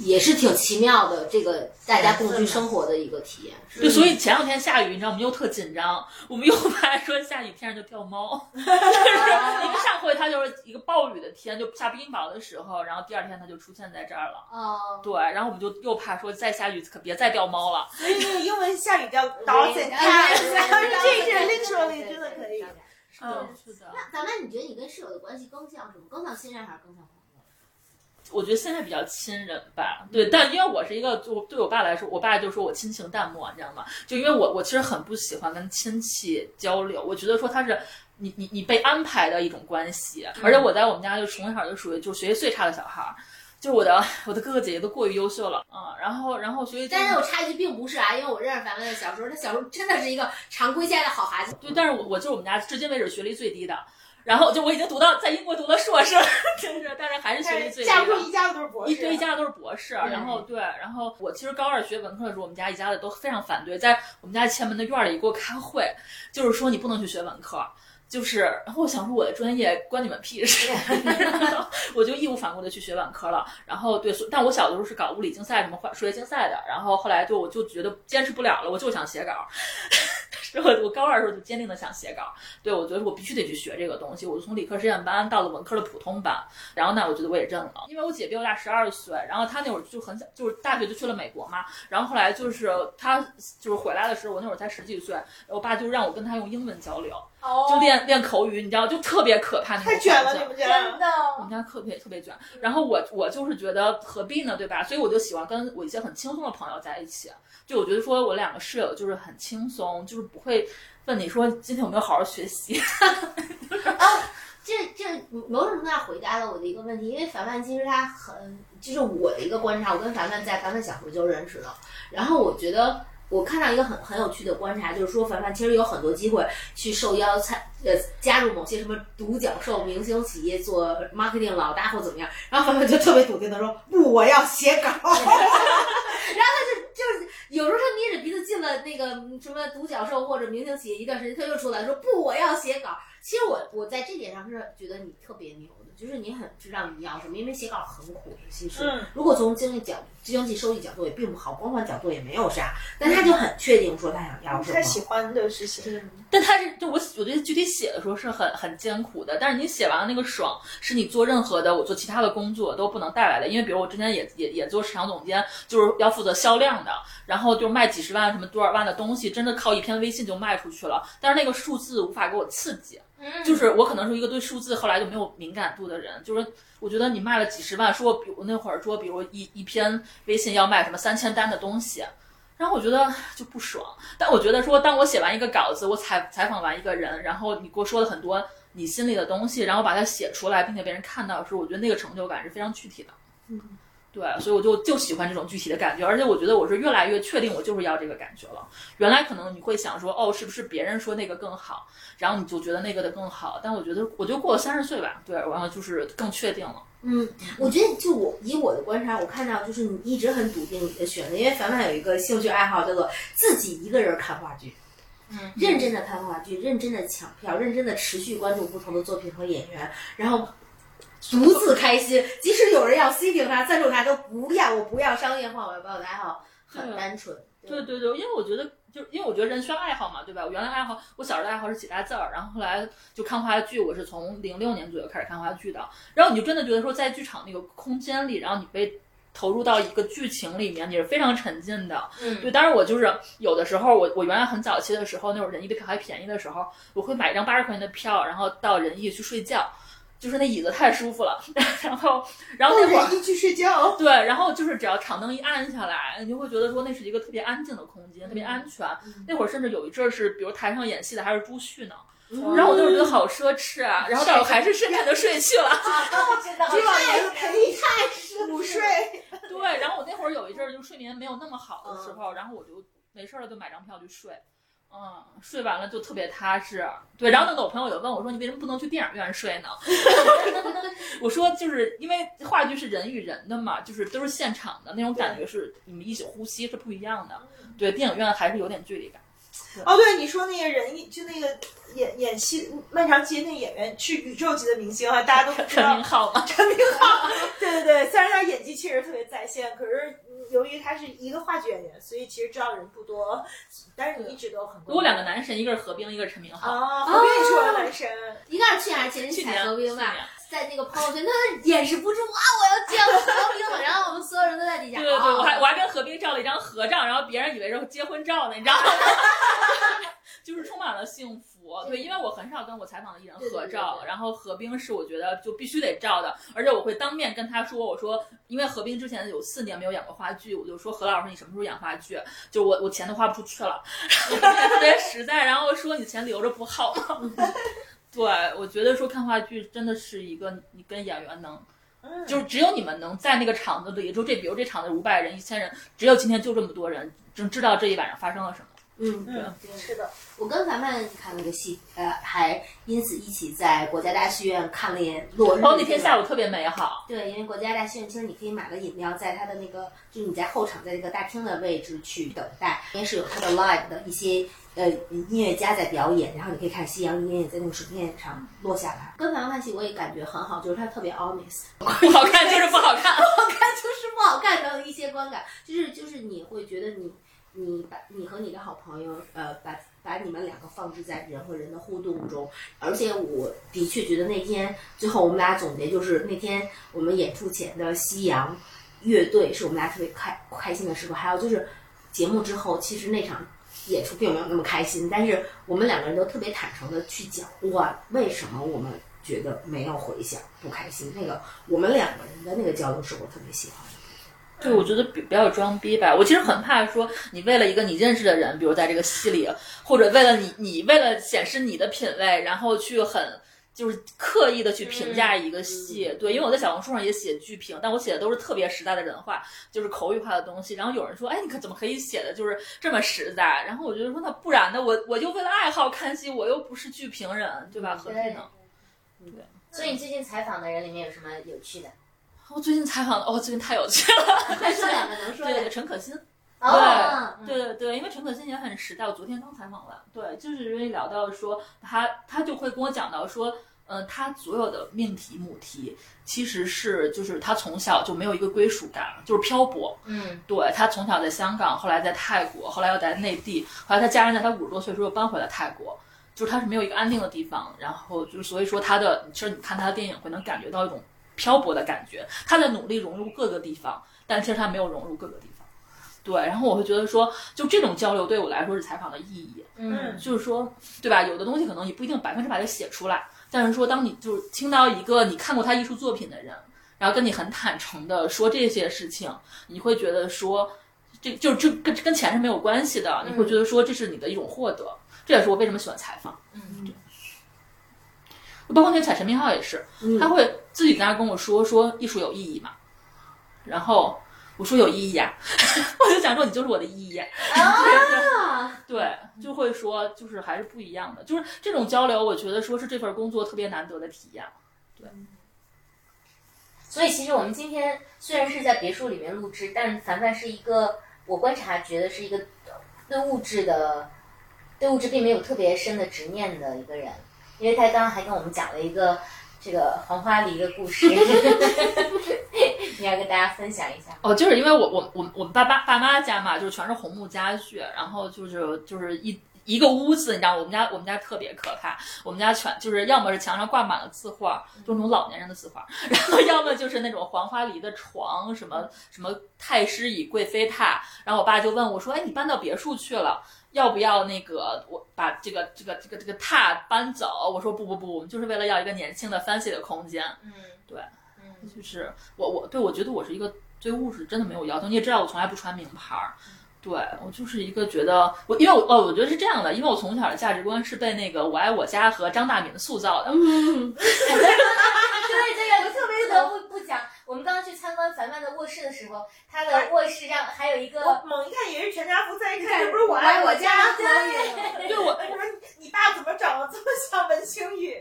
Speaker 3: 也是挺奇妙的，这个大家共居生活的一个体验。是
Speaker 4: 对，所以前两天下雨，你知道我们又特紧张， 我们又怕说下雨天上就掉猫， 就是因为上回它就是一个暴雨的天，就下冰雹的时候，然后第二天它就出现在这儿了。
Speaker 3: 哦，
Speaker 4: 对，然后我们就又怕说再下雨可别再掉猫了。
Speaker 2: 所以那个英文下雨叫 dogs and cats，这 是 literally 真的可以。嗯，
Speaker 4: 是的
Speaker 3: 那凡凡，你觉得你跟室友的关系更像什么？更像信任还是更像朋友？
Speaker 4: 我觉得现在比较亲人吧，对，但因为我是一个，就对我爸来说，我爸就说我亲情淡漠，你知道吗？就因为我我其实很不喜欢跟亲戚交流，我觉得说他是你你你被安排的一种关系，
Speaker 3: 嗯
Speaker 4: 而且我在我们家就从小就属于就是学习最差的小孩儿，就我的 我的哥哥姐姐都过于优秀了，嗯，然后然后学习就
Speaker 3: 但是我插一句，并不是啊，因为我认识凡凡的小时候，他小时候真的是一个常规家的好孩子。
Speaker 4: 对，但是我我就是我们家至今为止学历最低的，然后就我已经读到在英国读了硕士了， 真是，但是还是学历最低
Speaker 2: 架不
Speaker 4: 的
Speaker 2: 住。一家子都是博士，啊嗯
Speaker 4: 一对一家子都是博士，啊然后对，然后我其实高二学文科的时候，我们家一家子都非常反对，在我们家前门的院儿里给我开会，就是说你不能去学文科，就是，然后我想说我的专业关你们 屁事，然后我就义无反顾的去学文科了。然后对，所但我小的时候是搞物理竞赛什么化数学竞赛的，然后后来就我就觉得坚持不了了，我就想写稿。然后 我高二的时候就坚定的想写稿，对我觉得我必须得去学这个东西，我就从理科实验班到了文科的普通班，然后呢，我觉得我也认了，因为我姐比我大十二岁，然后她那会儿就很小，就是大学就去了美国嘛，然后后来就是她就是回来的时候，我那会儿才十几岁，我爸就让我跟她用英文交流，
Speaker 2: 哦
Speaker 4: 就练练口语，你知道，就特别可怕那种
Speaker 2: 太
Speaker 4: 环境。
Speaker 2: 卷了你们家，
Speaker 3: 的，
Speaker 4: 我们家特别特别卷，然后我我就是觉得何必呢，对吧？所以我就喜欢跟我一些很轻松的朋友在一起。就我觉得说我两个室友就是很轻松，就是不会问你说今天有没有好好学习。
Speaker 3: 这这某种程度上回答了我的一个问题，因为凡凡其实他很，就是我的一个观察，我跟凡凡在凡凡小时候就认识了，然后我觉得。我看到一个很很有趣的观察，就是说凡凡其实有很多机会去受邀参呃加入某些什么独角兽明星企业做 marketing 老大或怎么样，然后凡凡就特别笃定的说不，我要写稿。 然后他就就是有时候他捏着鼻子进了那个什么独角兽或者明星企业一段时间，他又出来说不，我要写稿。其实我我在这点上是觉得你特别牛的，就是你很知道你要什么，因为写稿很苦的，其实。
Speaker 2: 嗯
Speaker 3: 如果从经济角、经济收益角度也并不好，光环角度也没有啥，但他就很确定说他想要什
Speaker 2: 他喜
Speaker 3: 么。
Speaker 2: 欢的事情。
Speaker 4: 但他是就我我觉得具体写的时候是很很艰苦的，但是你写完了那个爽，是你做任何的我做其他的工作都不能带来的。因为比如我之前也 也也做市场总监，就是要负责销量的，然后就卖几十万什么多少万的东西，真的靠一篇微信就卖出去了，但是那个数字无法给我刺激。就是我可能是一个对数字后来就没有敏感度的人，就是我觉得你卖了几十万，说我比如那会儿说，比如一一篇微信要卖什么三千单的东西，然后我觉得就不爽。但我觉得说，当我写完一个稿子，我采采访完一个人，然后你给我说了很多你心里的东西，然后把它写出来，并且被人看到的时候，我觉得那个成就感是非常具体的。对，啊所以我就就喜欢这种具体的感觉，而且我觉得我是越来越确定我就是要这个感觉了。原来可能你会想说，哦，是不是别人说那个更好，然后你就觉得那个的更好，但我觉得我就过了三十岁吧，对，然后就是更确定了。
Speaker 3: 嗯，我觉得就我以我的观察，我看到就是你一直很笃定你的选择，因为凡凡有一个兴趣爱好叫做自己一个人看话剧。
Speaker 4: 嗯，
Speaker 3: 认真的看话剧，认真的抢票，认真的持续关注不同的作品和演员，然后独自开心。即使有人要 C 评他、赞助他，都不要，我不要商业化，我要把我的爱好很
Speaker 4: 对
Speaker 3: 单纯。
Speaker 4: 对对对，因为我觉得。就是因为我觉得人需要爱好嘛，对吧？我原来爱好，我小时候的爱好是写大字儿，然后后来就看话剧，我是从零六年左右开始看话剧的。然后你就真的觉得说，在剧场那个空间里，然后你被投入到一个剧情里面，你是非常沉浸的。
Speaker 1: 嗯，
Speaker 4: 对，当然我就是有的时候，我我原来很早期的时候，那会儿仁义的票还便宜的时候，我会买一张八十块钱的票，然后到仁义去睡觉，就是那椅子太舒服了。 然后，然后那会儿
Speaker 2: 我哦一去睡觉，
Speaker 4: 对，然后就是只要场灯一暗下来，你就会觉得说那是一个特别安静的空间，特别安全。嗯那会儿甚至有一阵儿是，比如台上演戏的还是朱旭呢，然后我那会儿觉得好奢侈啊，然后但我嗯还是深沉的睡去了。
Speaker 3: 真的
Speaker 2: 这老爷子陪你午睡，
Speaker 4: 对，然后我那会儿有一阵儿就睡眠没有那么好的
Speaker 2: 嗯
Speaker 4: 时候，然后我就没事儿了就买张票去睡，嗯，睡完了就特别踏实。对，然后那个我朋友也问我说：“你为什么不能去电影院睡呢？” 我说：“就是因为话剧是人与人的嘛，就是都是现场的那种感觉，是你们一起呼吸是不一样的。
Speaker 2: 嗯
Speaker 4: 对，电影院还是有点距离感。
Speaker 2: 哦，对，你说那个人一就那个演演戏《漫长季节》那个演员是宇宙级的明星啊，大家都不知
Speaker 4: 陈
Speaker 2: 道
Speaker 4: 明浩嘛，
Speaker 2: 陈明浩。对对对，虽然他演技确实特别在线，可是嗯由于他是一个话剧演员，所以其实知道的人不多。但是你一直都很关注。
Speaker 4: 有两个男神，一个是何冰，一个是陈明浩。
Speaker 2: 啊，我跟你说了，男神，
Speaker 3: 一个是去年前
Speaker 4: 去
Speaker 3: 去
Speaker 4: 年
Speaker 3: 年合并
Speaker 4: 去
Speaker 3: 吧
Speaker 4: 年，
Speaker 3: 在那个朋友圈，他掩饰不住啊，我要见我合并 了，然后我们所有人都在底下，
Speaker 4: 对对对，
Speaker 2: 啊
Speaker 4: 我还我
Speaker 3: 哦
Speaker 4: 还跟何冰照了一张合照，然后别人以为是结婚照呢，你知道吗？就是充满了幸福。对，因为我很少跟我采访的艺人
Speaker 3: 对对对
Speaker 4: 合照，
Speaker 3: 对对
Speaker 4: 然后何冰是我觉得就必须得照的，而且我会当面跟他说，我说因为何冰之前有四年没有演过话剧，我就说何老师你什么时候演话剧？就我我钱都花不出去了， 然后他特别实在，然后说你钱留着不好吗？
Speaker 3: 嗯
Speaker 4: 对，我觉得说看话剧真的是一个你跟演员能
Speaker 2: 嗯，
Speaker 4: 就是只有你们能在那个场子里，就这比如这场子五百人、一千人，只有今天就这么多人，只知道这一晚上发生了什么。
Speaker 3: 嗯，
Speaker 2: 嗯，
Speaker 3: 对
Speaker 2: 是的，
Speaker 3: 我跟凡凡看了个戏，呃，还因此一起在国家大剧院看了一眼落日。
Speaker 4: 然哦后那天下
Speaker 3: 午，
Speaker 4: 午特别美好，
Speaker 3: 对，因为国家大剧院其实你可以买了饮料，在它的那个就是你在后场，在这个大厅的位置去等待，因为是有它的 live 的一些呃音乐家在表演，然后你可以看夕阳音乐在那个水面上落下来。跟凡凡戏我也感觉很好，就是他特别 honest。
Speaker 4: 不好看就是不好看。
Speaker 3: 看 就是不好看的一些观感，就是就是你会觉得你你把你和你的好朋友呃把把你们两个放置在人和人的互动中，而且我的确觉得那天最后我们俩总结就是那天我们演出前的夕阳乐队是我们俩特别开开心的时刻，还有就是节目之后，其实那场。演出并没有那么开心，但是我们两个人都特别坦诚的去讲，哇，为什么我们觉得没有回响，不开心？那个我们两个人的那个交流是我特别喜欢的。
Speaker 4: 对，我觉得比不要装逼吧。我其实很怕说你为了一个你认识的人，比如在这个戏里，或者为了你你为了显示你的品味，然后去很。就是刻意的去评价一个戏，对，因为我在小红书上也写剧评，但我写的都是特别实在的人话，就是口语化的东西。然后有人说，哎，你可怎么可以写的就是这么实在？然后我就说，那不然呢？我我就为了爱好看戏，我又不是剧评人，对吧？何必呢？
Speaker 3: 嗯
Speaker 1: 所以你最近采访的人里面有什么有趣的？
Speaker 4: 我最近采访的，哦，最近太有趣了，
Speaker 3: 快 说两个能说
Speaker 4: 对，
Speaker 3: 的，
Speaker 4: 陈可辛。
Speaker 1: 哦，
Speaker 4: 对对对，因为陈可辛也很实在，我昨天刚采访完，对，就是因为聊到说他，他就会跟我讲到说，呃，他所有的命题母题其实是就是他从小就没有一个归属感，就是漂泊。
Speaker 1: 嗯
Speaker 4: 对他从小在香港，后来在泰国，后来又在内地，后来他家人在他五十多岁的时候又搬回了泰国。就是他是没有一个安定的地方，然后就是所以说他的，其实你看他的电影会能感觉到一种漂泊的感觉，他在努力融入各个地方，但其实他没有融入各个地方。对，然后我会觉得说，就这种交流对我来说是采访的意义，
Speaker 1: 嗯
Speaker 4: 就是说，对吧？有的东西可能也不一定百分之百的写出来，但是说，当你就是听到一个你看过他艺术作品的人，然后跟你很坦诚的说这些事情，你会觉得说，这就这跟跟钱是没有关系的，你会觉得说这是你的一种获得，这也是我为什么喜欢采访。
Speaker 1: 嗯，
Speaker 4: 包括那个采陈明浩也是，
Speaker 3: 嗯
Speaker 4: 他会自己在那儿跟我说说艺术有意义嘛，然后我说有意义啊， 我就想说你就是我的意义、啊，
Speaker 3: 啊，
Speaker 4: 对，就会说就是还是不一样的，就是这种交流，我觉得说是这份工作特别难得的体验。
Speaker 1: 所以其实我们今天虽然是在别墅里面录制，但凡凡是一个我观察觉得是一个对物质的对物质并没有特别深的执念的一个人，因为他刚刚还跟我们讲了一个这个黄花梨的故 事，你要跟大家分享一下。
Speaker 4: 哦，就是因为我我我我们爸爸爸妈家嘛，就是全是红木家具，然后就是就是一。一个屋子，你知道，我们家我们家特别可怕，我们家全就是要么是墙上挂满了字画，就是那种老年人的字画， 然后要么就是那种黄花梨的床，什么什么太师椅、贵妃榻，然后我爸就问我说，哎，你搬到别墅去了，要不要那个我把这个这个这个这个榻搬走？我说不不不，我们就是为了要一个年轻的 fancy 的空间，
Speaker 1: 嗯，
Speaker 4: 对，
Speaker 1: 嗯
Speaker 4: 就是我我对我觉得我是一个对物质真的没有要求，你也知道我从来不穿名牌儿。对我就是一个觉得我，因为我哦，我觉得是这样的，因为我从小的价值观是被那个《我爱我家》和张大民塑造的。
Speaker 3: 嗯，
Speaker 1: 啊对对，我特别不得不不讲，我们刚刚去参观凡凡的卧室的时候，他的卧室上还有一个
Speaker 2: 我哦猛一看以为是全家福，再一看这不是我爱我
Speaker 3: 家
Speaker 2: 家。
Speaker 4: 对我，
Speaker 2: 我说你爸怎么长得这么像文星宇？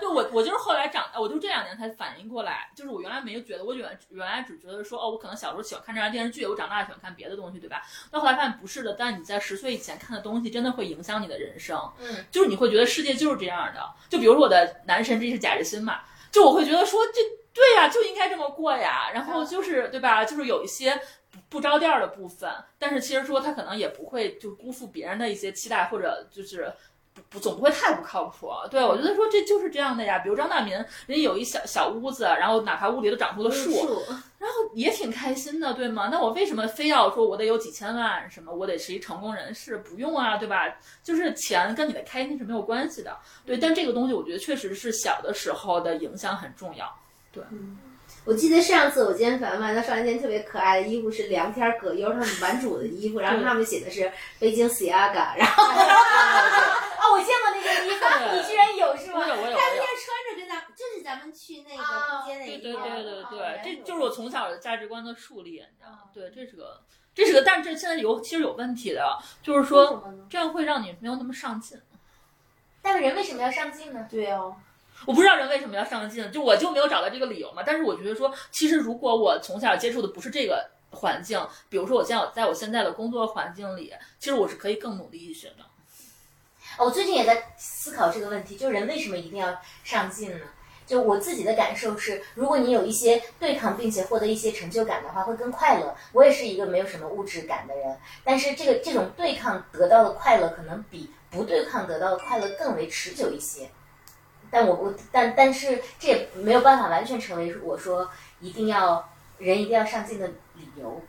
Speaker 4: 对我，我就是后来长大，我就这两年才反应过来，就是我原来没有觉得，我原原来只觉得说，哦，我可能小时候喜欢看这样的电视剧，我长大喜欢看别的东西，对吧？但后来发现不是的，但你在十岁以前看的东西，真的会影响你的人生。
Speaker 1: 嗯，
Speaker 4: 就是你会觉得世界就是这样的。就比如说我的男神这是贾志新嘛，就我会觉得说这对呀、就应该这么过呀。然后就是对吧？就是有一些不不着调的部分，但是其实说他可能也不会就辜负别人的一些期待，或者就是。不不，总不会太不靠谱。对我觉得说这就是这样的呀。比如张大民，人家有一小小屋子，然后哪怕屋里都长出了树，
Speaker 3: 树，
Speaker 4: 然后也挺开心的，对吗？那我为什么非要说我得有几千万什么，我得是一成功人士？不用啊，对吧？就是钱跟你的开心是没有关系的，对。但这个东西，我觉得确实是小的时候的影响很重要。
Speaker 3: 我记得上次我今天反买到上一件特别可爱的衣服是梁天葛优他们版主的衣服，然后上面写的是北京 s i a g a 然后
Speaker 1: 哦，我见过那件衣服，
Speaker 4: 对
Speaker 1: 你居然有哎是
Speaker 4: 我
Speaker 1: 吗？
Speaker 4: 有，我有，我
Speaker 3: 他们
Speaker 4: 有
Speaker 3: 就。穿着跟咱们就是咱们去那个
Speaker 1: 啊
Speaker 3: 空间那
Speaker 4: 对
Speaker 3: 一
Speaker 4: 对
Speaker 3: 天，
Speaker 4: 对对
Speaker 3: 哦
Speaker 4: 对，这就是我从小的价值观的树立，你知道吗？对，这是个，这是个，但是这现在有其实有问题的，就是说这样会让你没有那么上进。
Speaker 1: 但是人为什么要上进呢？
Speaker 3: 对哦，
Speaker 4: 我不知道人为什么要上进，就我就没有找到这个理由嘛。但是我觉得说，其实如果我从小接触的不是这个环境，比如说我现在我在我现在的工作环境里，其实我是可以更努力一些的。
Speaker 1: 哦我最近也在思考这个问题，就人为什么一定要上进呢？就我自己的感受是，如果你有一些对抗，并且获得一些成就感的话，会更快乐。我也是一个没有什么物质感的人，但是这个这种对抗得到的快乐，可能比不对抗得到的快乐更为持久一些。但我我但但是这也没有办法完全成为我说一定要人一定要上进的理由。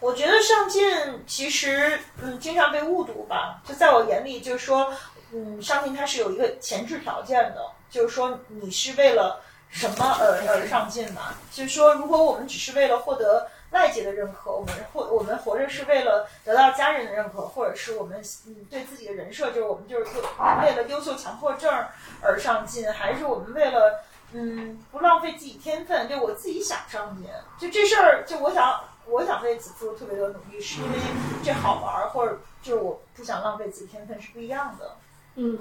Speaker 2: 我觉得上进其实，嗯，经常被误读吧。就在我眼里，就是说，嗯，上进它是有一个前置条件的，就是说你是为了什么而而上进嘛。就是说，如果我们只是为了获得外界的认可，我们或我们活着是为了得到家人的认可，或者是我们嗯对自己的人设，就是我们就是为了优秀强迫症而上进，还是我们为了嗯不浪费自己天分，就我自己想上进，就这事儿，就我想我想为此付出特别多努力，是因为这好玩儿，或者就是我不想浪费自己天分是不一样的。
Speaker 3: 嗯，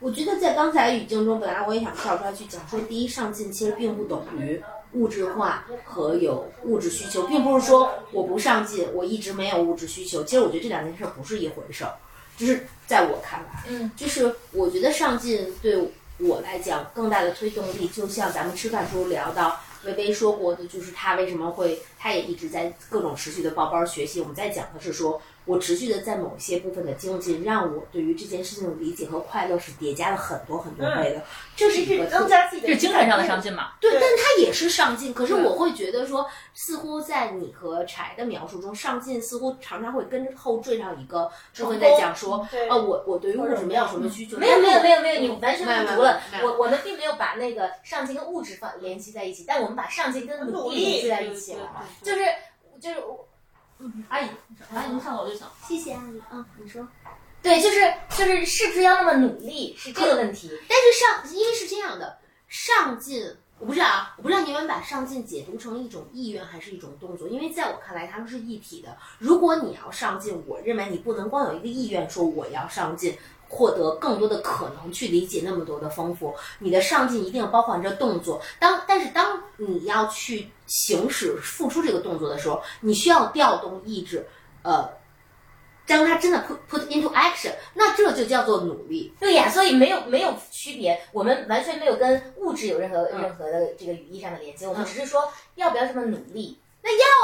Speaker 3: 我觉得在刚才语境中，本来我也想跳出来去讲说，第一上进其实并不等于物质化和有物质需求，并不是说我不上进，我一直没有物质需求。其实我觉得这两件事不是一回事儿，就是在我看来，
Speaker 1: 嗯，
Speaker 3: 就是我觉得上进对我来讲更大的推动力，就像咱们吃饭时候聊到。微微说过的就是他为什么会，他也一直在各种持续的报班学习。我们在讲的是说，我持续的在某些部分的精进，让我对于这件事情的理解和快乐是叠加了很多很多倍的。这是一个
Speaker 2: 是嗯
Speaker 3: 特
Speaker 2: 增加自己的
Speaker 4: 这是精神上的上
Speaker 2: 进。
Speaker 4: 进嘛？
Speaker 3: 对，
Speaker 2: 对
Speaker 3: 但它也是上进。可是
Speaker 4: 对
Speaker 3: 我会觉得说，似乎在你和柴的描述中，上进似乎常常会跟后缀上一个部分在讲说，
Speaker 2: 对
Speaker 3: 呃，我我对于物质没有什么需求。
Speaker 1: 哦没有
Speaker 3: 但
Speaker 1: 没
Speaker 3: 我
Speaker 1: 有没有没有，你完全误读了
Speaker 3: 没有没有没。有
Speaker 1: 我我们并没有把那个上进跟物质放联系在一起，但我们把上进跟努
Speaker 2: 努
Speaker 1: 力联
Speaker 2: 力
Speaker 1: 系在
Speaker 4: 对
Speaker 1: 一起
Speaker 4: 对
Speaker 1: 了。
Speaker 4: 对
Speaker 1: 就是就是我，嗯，阿姨，
Speaker 4: 哎，您看我就想，
Speaker 3: 谢谢阿姨
Speaker 1: 嗯
Speaker 3: 啊，你说。
Speaker 1: 对，就是就是是不是要那么努力是这个问题。
Speaker 3: 但是上，因为是这样的，上进，我不知道啊，我不知道你们把上进解读成一种意愿还是一种动作，因为在我看来，他们是一体的。如果你要上进，我认为你不能光有一个意愿说我要上进。获得更多的可能，去理解那么多的丰富。你的上进一定包含着动作。当但是当你要去行使、付出这个动作的时候，你需要调动意志，呃，将它真的 put put into action，那这就叫做努力。
Speaker 1: 对呀，所以没有没有区别，我们完全没有跟物质有任何任何的这个语义上的连接，我们
Speaker 3: 嗯
Speaker 1: 只是说要不要这么努力。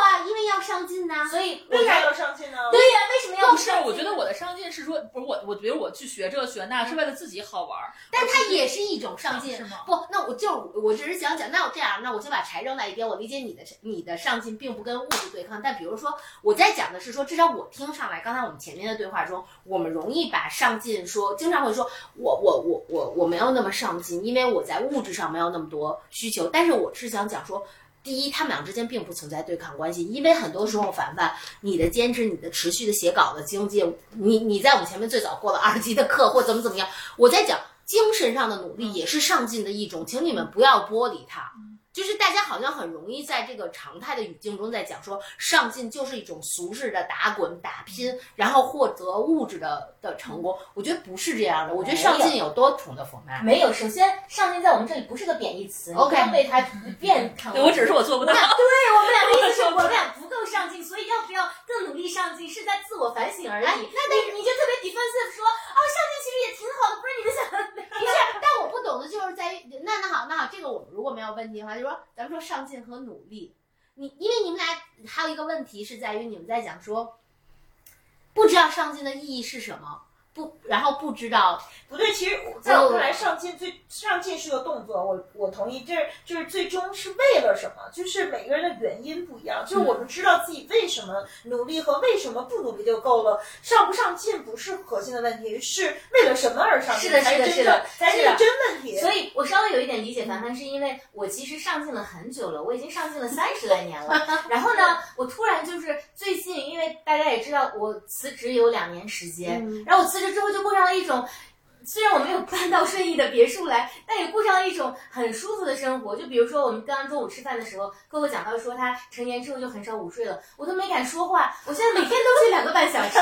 Speaker 3: 啊，因为要上进呐、
Speaker 1: 所以我
Speaker 2: 为啥要上进呢？
Speaker 1: 对呀，为什么要
Speaker 4: 不是，
Speaker 1: 上进
Speaker 4: 我觉得我的上进是说，不是我，我觉得我去学这个学那是为了自己好玩儿，
Speaker 3: 但它也是一种上进
Speaker 4: 是吗。
Speaker 3: 不，那我就是我只是想讲，那我这样，那我先把柴扔在一边。我理解你的你的上进并不跟物质对抗，但比如说我在讲的是说，至少我听上来，刚才我们前面的对话中，我们容易把上进说，经常会说我我我我我没有那么上进，因为我在物质上没有那么多需求。但是我是想讲说。第一，他们俩之间并不存在对抗关系，因为很多时候，凡凡，你的坚持、你的持续的写稿的经济，你你在我们前面最早过了二级的课，或怎么怎么样，我在讲精神上的
Speaker 1: 嗯
Speaker 3: 努力也是上进的一种，请你们不要剥离它。就是大家好像很容易在这个常态的语境中在讲说，上进就是一种俗世的打滚打
Speaker 1: 嗯
Speaker 3: 拼，然后获得物质的的成功。我觉得不是这样的，我觉得上进有多重的formation
Speaker 1: 没有，首先上进在我们这里不是个贬义词，你不
Speaker 3: OK
Speaker 1: 要被它变成。
Speaker 4: 对我只是我做不
Speaker 1: 我
Speaker 4: 到
Speaker 1: 们。俩对我们俩的意思是我们俩不够上进，所以要不要更努力上进，是在自我反省而已。
Speaker 3: 哎
Speaker 1: 那但你就特别 defensive 说啊，上进其实也挺好的，不是你们想的那样。
Speaker 3: 不是，但我不懂的就是在于，那那好，那好，这个我们如果没有问题的话，就说咱们说上进和努力。你因为你们俩还有一个问题是在于你们在讲说，不知道上进的意义是什么。不，然后不知道
Speaker 2: 不对，其实
Speaker 1: 嗯
Speaker 2: 我在我看来，上进最上进是个动作，我我同意，这就是最终是为了什么？就是每个人的原因不一样，就是我们知道自己为什么努力和为什么不努力就够了。上不上进不是核心的问题，是为了什么而上进
Speaker 1: 是的
Speaker 2: 才
Speaker 1: 是的
Speaker 2: 真
Speaker 1: 是的
Speaker 2: 正才
Speaker 1: 是
Speaker 2: 是
Speaker 1: 的
Speaker 2: 真问题。
Speaker 1: 所以我稍微有一点理解凡凡，是因为我其实上进了很久了，我已经上进了三十来年了。然后呢，我突然就是最近，因为大家也知道我辞职有两年时间，然后我辞职之后就过上了一种。虽然我没有搬到顺义的别墅来，但也过上了一种很舒服的生活。就比如说，我们刚刚中午吃饭的时候，哥哥讲到说他成年之后就很少午睡了，我都没敢说话。我现在每天都睡两个半小时，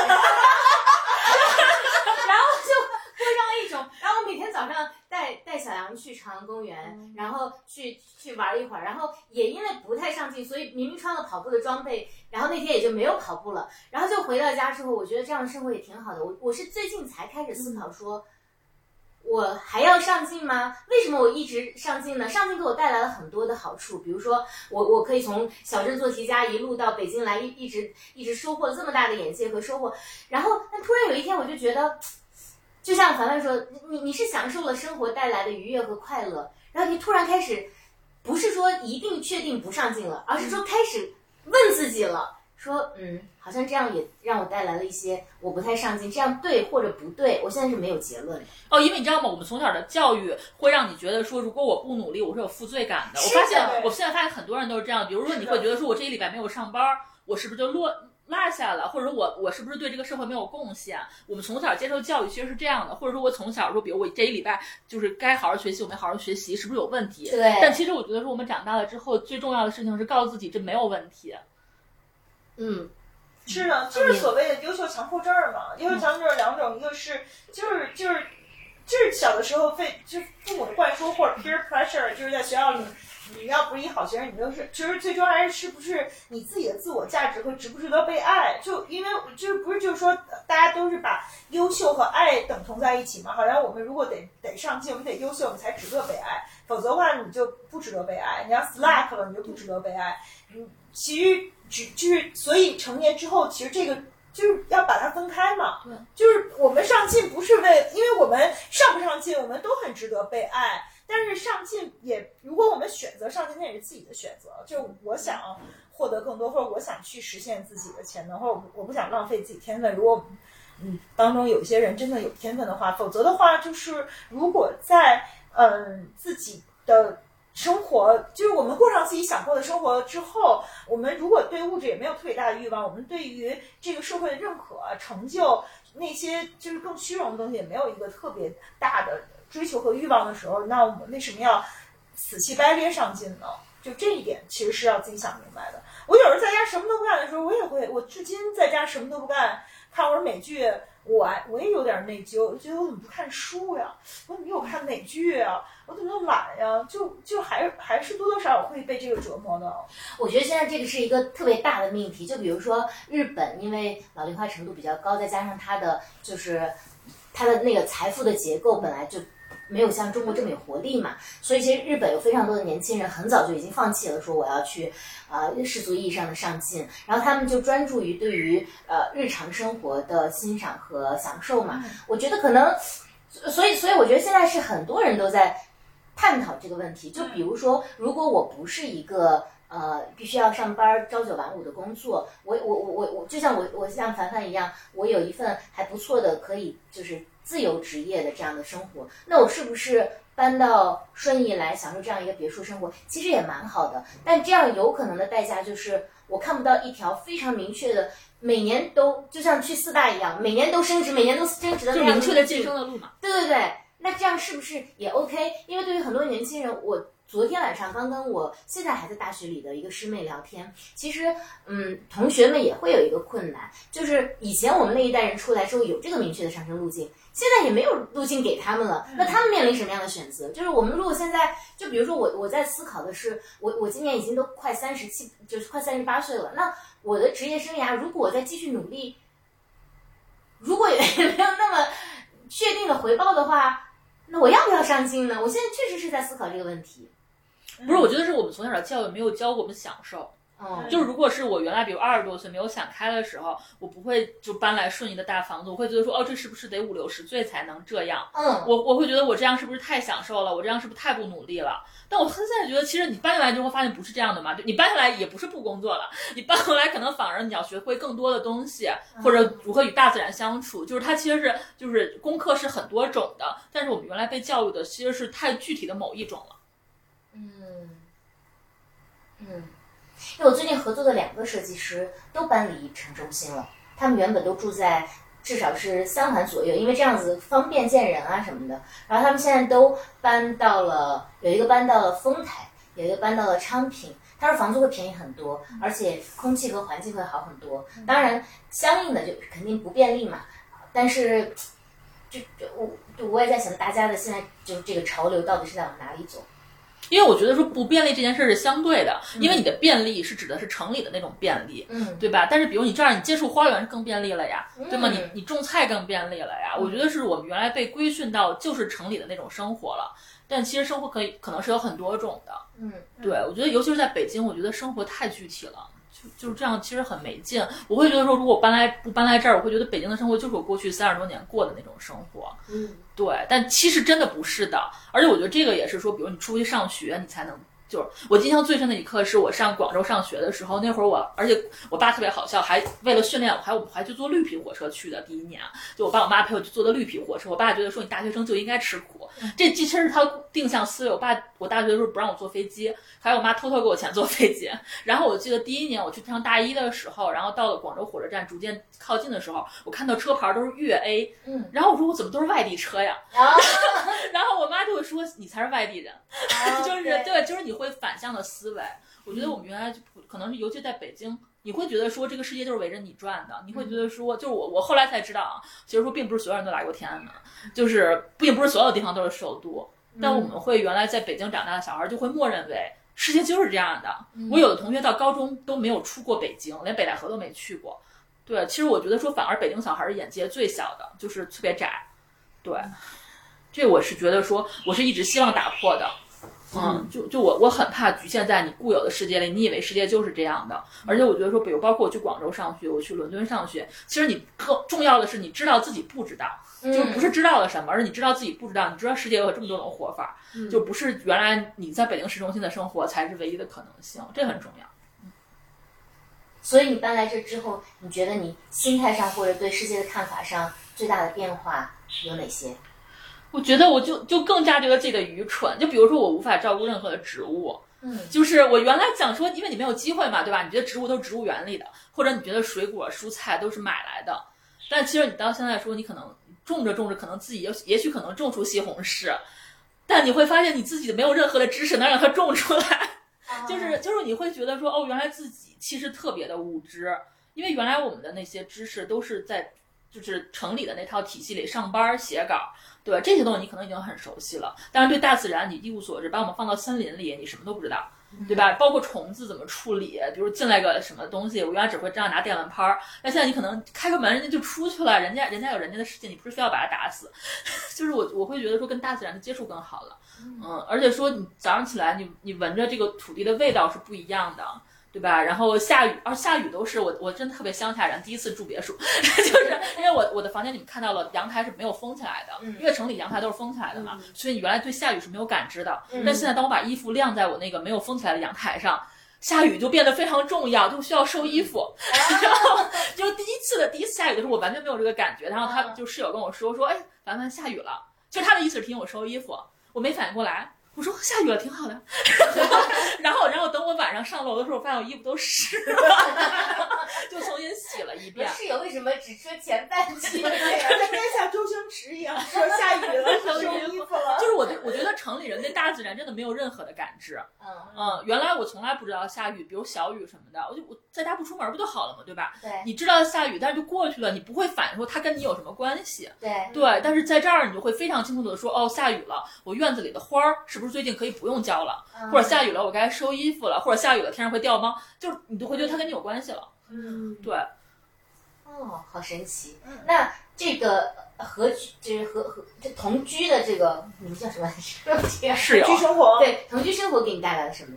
Speaker 1: 然后就 过上了一种，然后我每天早上带带小羊去朝阳公园，然后去去玩一会儿，然后也因为不太上进，所以明明穿了跑步的装备，然后那天也就没有跑步了。然后就回到家之后，我觉得这样的生活也挺好的。我我是最近才开始思考说。我还要上进吗？为什么我一直上进呢？上进给我带来了很多的好处，比如说我我可以从小镇做题家一路到北京来，一一直一直收获了这么大的眼界和收获。然后，但突然有一天，我就觉得，就像凡凡说，你你你是享受了生活带来的愉悦和快乐，然后你突然开始，不是说一定确定不上进了，而是说开始问自己了，说嗯，好像这样也让我带来了一些我不太上进，这样对或者不对，我现在是没有结论的。
Speaker 4: 哦，因为你知道吗？我们从小的教育会让你觉得说，如果我不努力，我是有负罪感的。我
Speaker 2: 是
Speaker 4: 发
Speaker 2: 的
Speaker 4: 现，我现在发现很多人都是这样。比如说，你
Speaker 2: 是的
Speaker 4: 会觉得说我这一礼拜没有上班儿，我是不是就落落下了？或者说我我是不是对这个社会没有贡献？我们从小接受教育其实是这样的，或者说我从小说，比如我这一礼拜就是该好好学习，我没好好学习，是不是有问题？
Speaker 1: 对
Speaker 4: 但其实我觉得说，我们长大了之后，最重要的事情是告诉自己这没有问题。
Speaker 3: 嗯，
Speaker 2: 是的，就是所谓的优秀强迫症儿嘛。优秀强迫症儿两种，一个是就是就是就是小的时候被就是父母的灌输或者 peer pressure，就是在学校里，你要不是一好学生，你就是其实最终还是是不是你自己的自我价值和值不值得被爱。就因为就是不是就是说呃大家都是把优秀和爱等同在一起嘛？好像我们如果得得上进，我们得优秀，我们才值得被爱，否则的话你就不值得被爱。你要 slack 了，你就不值得被爱。嗯，其实只就是，所以成年之后，其实这个就是要把它分开嘛。
Speaker 4: 对，
Speaker 2: 就是我们上进不是为，因为我们上不上进，我们都很值得被爱。但是上进也，如果我们选择上进，那也是自己的选择。就我想获得更多，或者我想去实现自己的潜能，或者我不我不想浪费自己天分。如果嗯当中有些人真的有天分的话，否则的话，就是如果在嗯自己的生活，就是我们过上自己想过的生活之后，我们如果对物质也没有特别大的欲望，我们对于这个社会的认可、啊成就那些就是更虚荣的东西也没有一个特别大的追求和欲望的时候，那我们为什么要死乞白咧上进呢？就这一点其实是要自己想明白的。我有时候在家什么都不干的时候，我也会，我至今在家什么都不干，看会儿美剧，我我也有点内疚，我就觉得我怎么不看书呀？我怎么又看美剧啊？我怎么那么懒呀？就就还是还是多多少少会被这个折磨的。
Speaker 1: 我觉得现在这个是一个特别大的命题。就比如说日本，因为老龄化程度比较高，再加上它的就是它的那个财富的结构本来就没有像中国这么有活力嘛，所以其实日本有非常多的年轻人很早就已经放弃了说我要去呃世俗意义上的上进，然后他们就专注于对于呃日常生活的欣赏和享受嘛。我觉得可能，所以所以我觉得现在是很多人都在探讨这个问题。就比如说，如果我不是一个呃必须要上班朝九晚五的工作，我我我我我就像我我像凡凡一样，我有一份还不错的可以就是自由职业的这样的生活，那我是不是？搬到顺义来享受这样一个别墅生活，其实也蛮好的。但这样有可能的代价就是，我看不到一条非常明确的，每年都就像去四大一样，每年都升职，每年都升职的那
Speaker 4: 就是
Speaker 1: 样
Speaker 4: 明确
Speaker 1: 的
Speaker 4: 的
Speaker 1: 路径
Speaker 4: 晋升的路嘛。
Speaker 1: 对对对，那这样是不是也 OK？因为对于很多年轻人，我昨天晚上刚跟我现在还在大学里的一个师妹聊天，其实，嗯，同学们也会有一个困难，就是以前我们那一代人出来之后有这个明确的上升路径，现在也没有路径给他们了，
Speaker 4: 嗯
Speaker 1: 那他们面临什么样的选择？就是我们如果现在，就比如说我我在思考的是，我我今年已经都快三十七，就是快三十八岁了，那我的职业生涯如果我再继续努力，如果也没有那么确定的回报的话，那我要不要上进呢？我现在确实是在思考这个问题。
Speaker 4: 不是，我觉得是我们从小的教育没有教过我们享受。
Speaker 1: 嗯，
Speaker 4: 就是如果是我原来比如二十多岁没有想开的时候，我不会就搬来顺义的大房子，我会觉得说哦，这是不是得五六十岁才能这样？
Speaker 1: 嗯，
Speaker 4: 我我会觉得我这样是不是太享受了？我这样是不是太不努力了？但我现在觉得，其实你搬下来之后发现不是这样的嘛，就你搬下来也不是不工作了，你搬回来可能反而你要学会更多的东西，或者如何与大自然相处。就是它其实是就是功课是很多种的，但是我们原来被教育的其实是太具体的某一种了。
Speaker 1: 嗯，嗯，因为我最近合作的两个设计师都搬离城中心了，他们原本都住在至少是三环左右，因为这样子方便见人啊什么的。然后他们现在都搬到了，有一个搬到了丰台，有一个搬到了昌平。他说房租会便宜很多，而且空气和环境会好很多。当然，相应的就肯定不便利嘛。但是，就就我就我也在想，大家的现在就是这个潮流到底是在往哪里走？
Speaker 4: 因为我觉得说不便利这件事是相对的，因为你的便利是指的是城里的那种便利，
Speaker 1: 嗯，
Speaker 4: 对吧？但是比如你这样，你接触花园是更便利了呀，对吗？你
Speaker 1: 嗯
Speaker 4: 你种菜更便利了呀。我觉得是我们原来被规训到就是城里的那种生活了，但其实生活可以可能是有很多种的。
Speaker 1: 嗯，
Speaker 4: 对我觉得尤其是在北京，我觉得生活太具体了。就就是这样，其实很没劲。我会觉得说，如果我搬来不搬来这儿，我会觉得北京的生活就是我过去三十多年过的那种生活。
Speaker 3: 嗯，
Speaker 4: 对，但其实真的不是的。而且我觉得这个也是说，比如你出去上学，你才能。就是我印象最深的一刻，是我上广州上学的时候，那会儿我，而且我爸特别好笑，还为了训练我，还我们还去坐绿皮火车去的。第一年，啊就我爸我妈陪我去坐的绿皮火车，我爸觉得说你大学生就应该吃苦，这这其实是他定向思维。我爸我大学的时候不让我坐飞机，还有我妈偷偷给我钱坐飞机。然后我记得第一年我去上大一的时候，然后到了广州火车站逐渐靠近的时候，我看到车牌都是粤 A，
Speaker 1: 嗯，
Speaker 4: 然后我说我怎么都是外地车呀？
Speaker 1: 然后。
Speaker 4: 然后我妈就会说你才是外地人， 就是
Speaker 1: 对
Speaker 4: 对，就是你会反向的思维。我觉得我们原来就不可能是，尤其在北京，你会觉得说这个世界就是围着你转的，你会觉得说，就是我我后来才知道啊，其实说并不是所有人都来过天安门，就是并不是所有地方都是首都，但我们会原来在北京长大的小孩就会默认为。世界就是这样的。我有的同学到高中都没有出过北京，连北戴河都没去过。对，其实我觉得说，反而北京小孩儿眼界最小的，就是特别窄。对，这我是觉得说，我是一直希望打破的。嗯，就就我我很怕局限在你固有的世界里，你以为世界就是这样的。而且我觉得说，比如包括我去广州上学，我去伦敦上学，其实你更重要的是你知道自己不知道，
Speaker 3: 嗯
Speaker 4: 就是不是知道了什么，而是你知道自己不知道，你知道世界有这么多种活法，就不是原来你在北京市中心的生活才是唯一的可能性，这很重要。
Speaker 1: 所以你搬来这之后，你觉得你心态上或者对世界的看法上最大的变化有哪些？
Speaker 4: 我觉得我就就更加觉得自己的愚蠢，就比如说我无法照顾任何的植物，
Speaker 1: 嗯，
Speaker 4: 就是我原来讲说，因为你没有机会嘛，对吧？你觉得植物都是植物园里的，或者你觉得水果、蔬菜都是买来的，但其实你到现在说，你可能种着种着，可能自己也也许可能种出西红柿，但你会发现你自己没有任何的知识能让它种出来。就是就是你会觉得说哦，原来自己其实特别的无知，因为原来我们的那些知识都是在就是城里的那套体系里上班儿写稿，对吧？这些东西你可能已经很熟悉了，但是对大自然你一无所知，把我们放到森林里，你什么都不知道。对吧？包括虫子怎么处理，比如进来个什么东西，我原来只会这样拿电蚊拍儿，那现在你可能开个门，人家就出去了，人家人家有人家的事情，你不是非要把它打死？ 就是我我会觉得说跟大自然的接触更好了，嗯，而且说你早上起来你你闻着这个土地的味道是不一样的，对吧？然后下雨，而哦下雨都是我我真的特别乡下人，第一次住别墅， 就是因为我我的房间你们看到了阳台是没有封起来的，因为城里阳台都是封起来的嘛，所以你原来对下雨是没有感知的，但现在当我把衣服晾在我那个没有封起来的阳台上。下雨就变得非常重要，就需要收衣服。 然后就第一次的第一次下雨的时候，我完全没有这个感觉。然后他就室友跟我说说，哎，凡凡下雨了，就他的意思是替我收衣服，我没反应过来。我说下雨了，挺好的。 然后，然后等我晚上上楼的时候，发现我衣服都湿了， 就重新洗了一
Speaker 1: 你们
Speaker 4: 遍。
Speaker 1: 室友为什么只吃前半句？
Speaker 2: 他跟像周星驰一 样说下雨了，收衣服了。
Speaker 4: 就是我觉，我觉得城里人对大自然真的没有任何的感知。
Speaker 1: 嗯，
Speaker 4: 嗯，原来我从来不知道下雨，比如小雨什么的，我就我在家不出门不就好了嘛，对吧？
Speaker 1: 对
Speaker 4: 你知道下雨，但是就过去了，你不会反应说它跟你有什么关系。
Speaker 1: 对，
Speaker 4: 对，但是在这儿你就会非常清楚的说，哦，下雨了，我院子里的花儿是不是最近可以不用浇了？
Speaker 2: 嗯
Speaker 4: 或者下雨了，我该收衣服了，或者下雨了，天上会掉吗？就是你就会觉得它跟你有关系了。
Speaker 2: 嗯，
Speaker 4: 对，
Speaker 1: 哦，好神奇
Speaker 2: 嗯。
Speaker 1: 那这个合居，就是合合这同居的这个，你们叫什么来着？
Speaker 4: 室友
Speaker 2: 去生活，
Speaker 1: 对，同居生活给你带来了什么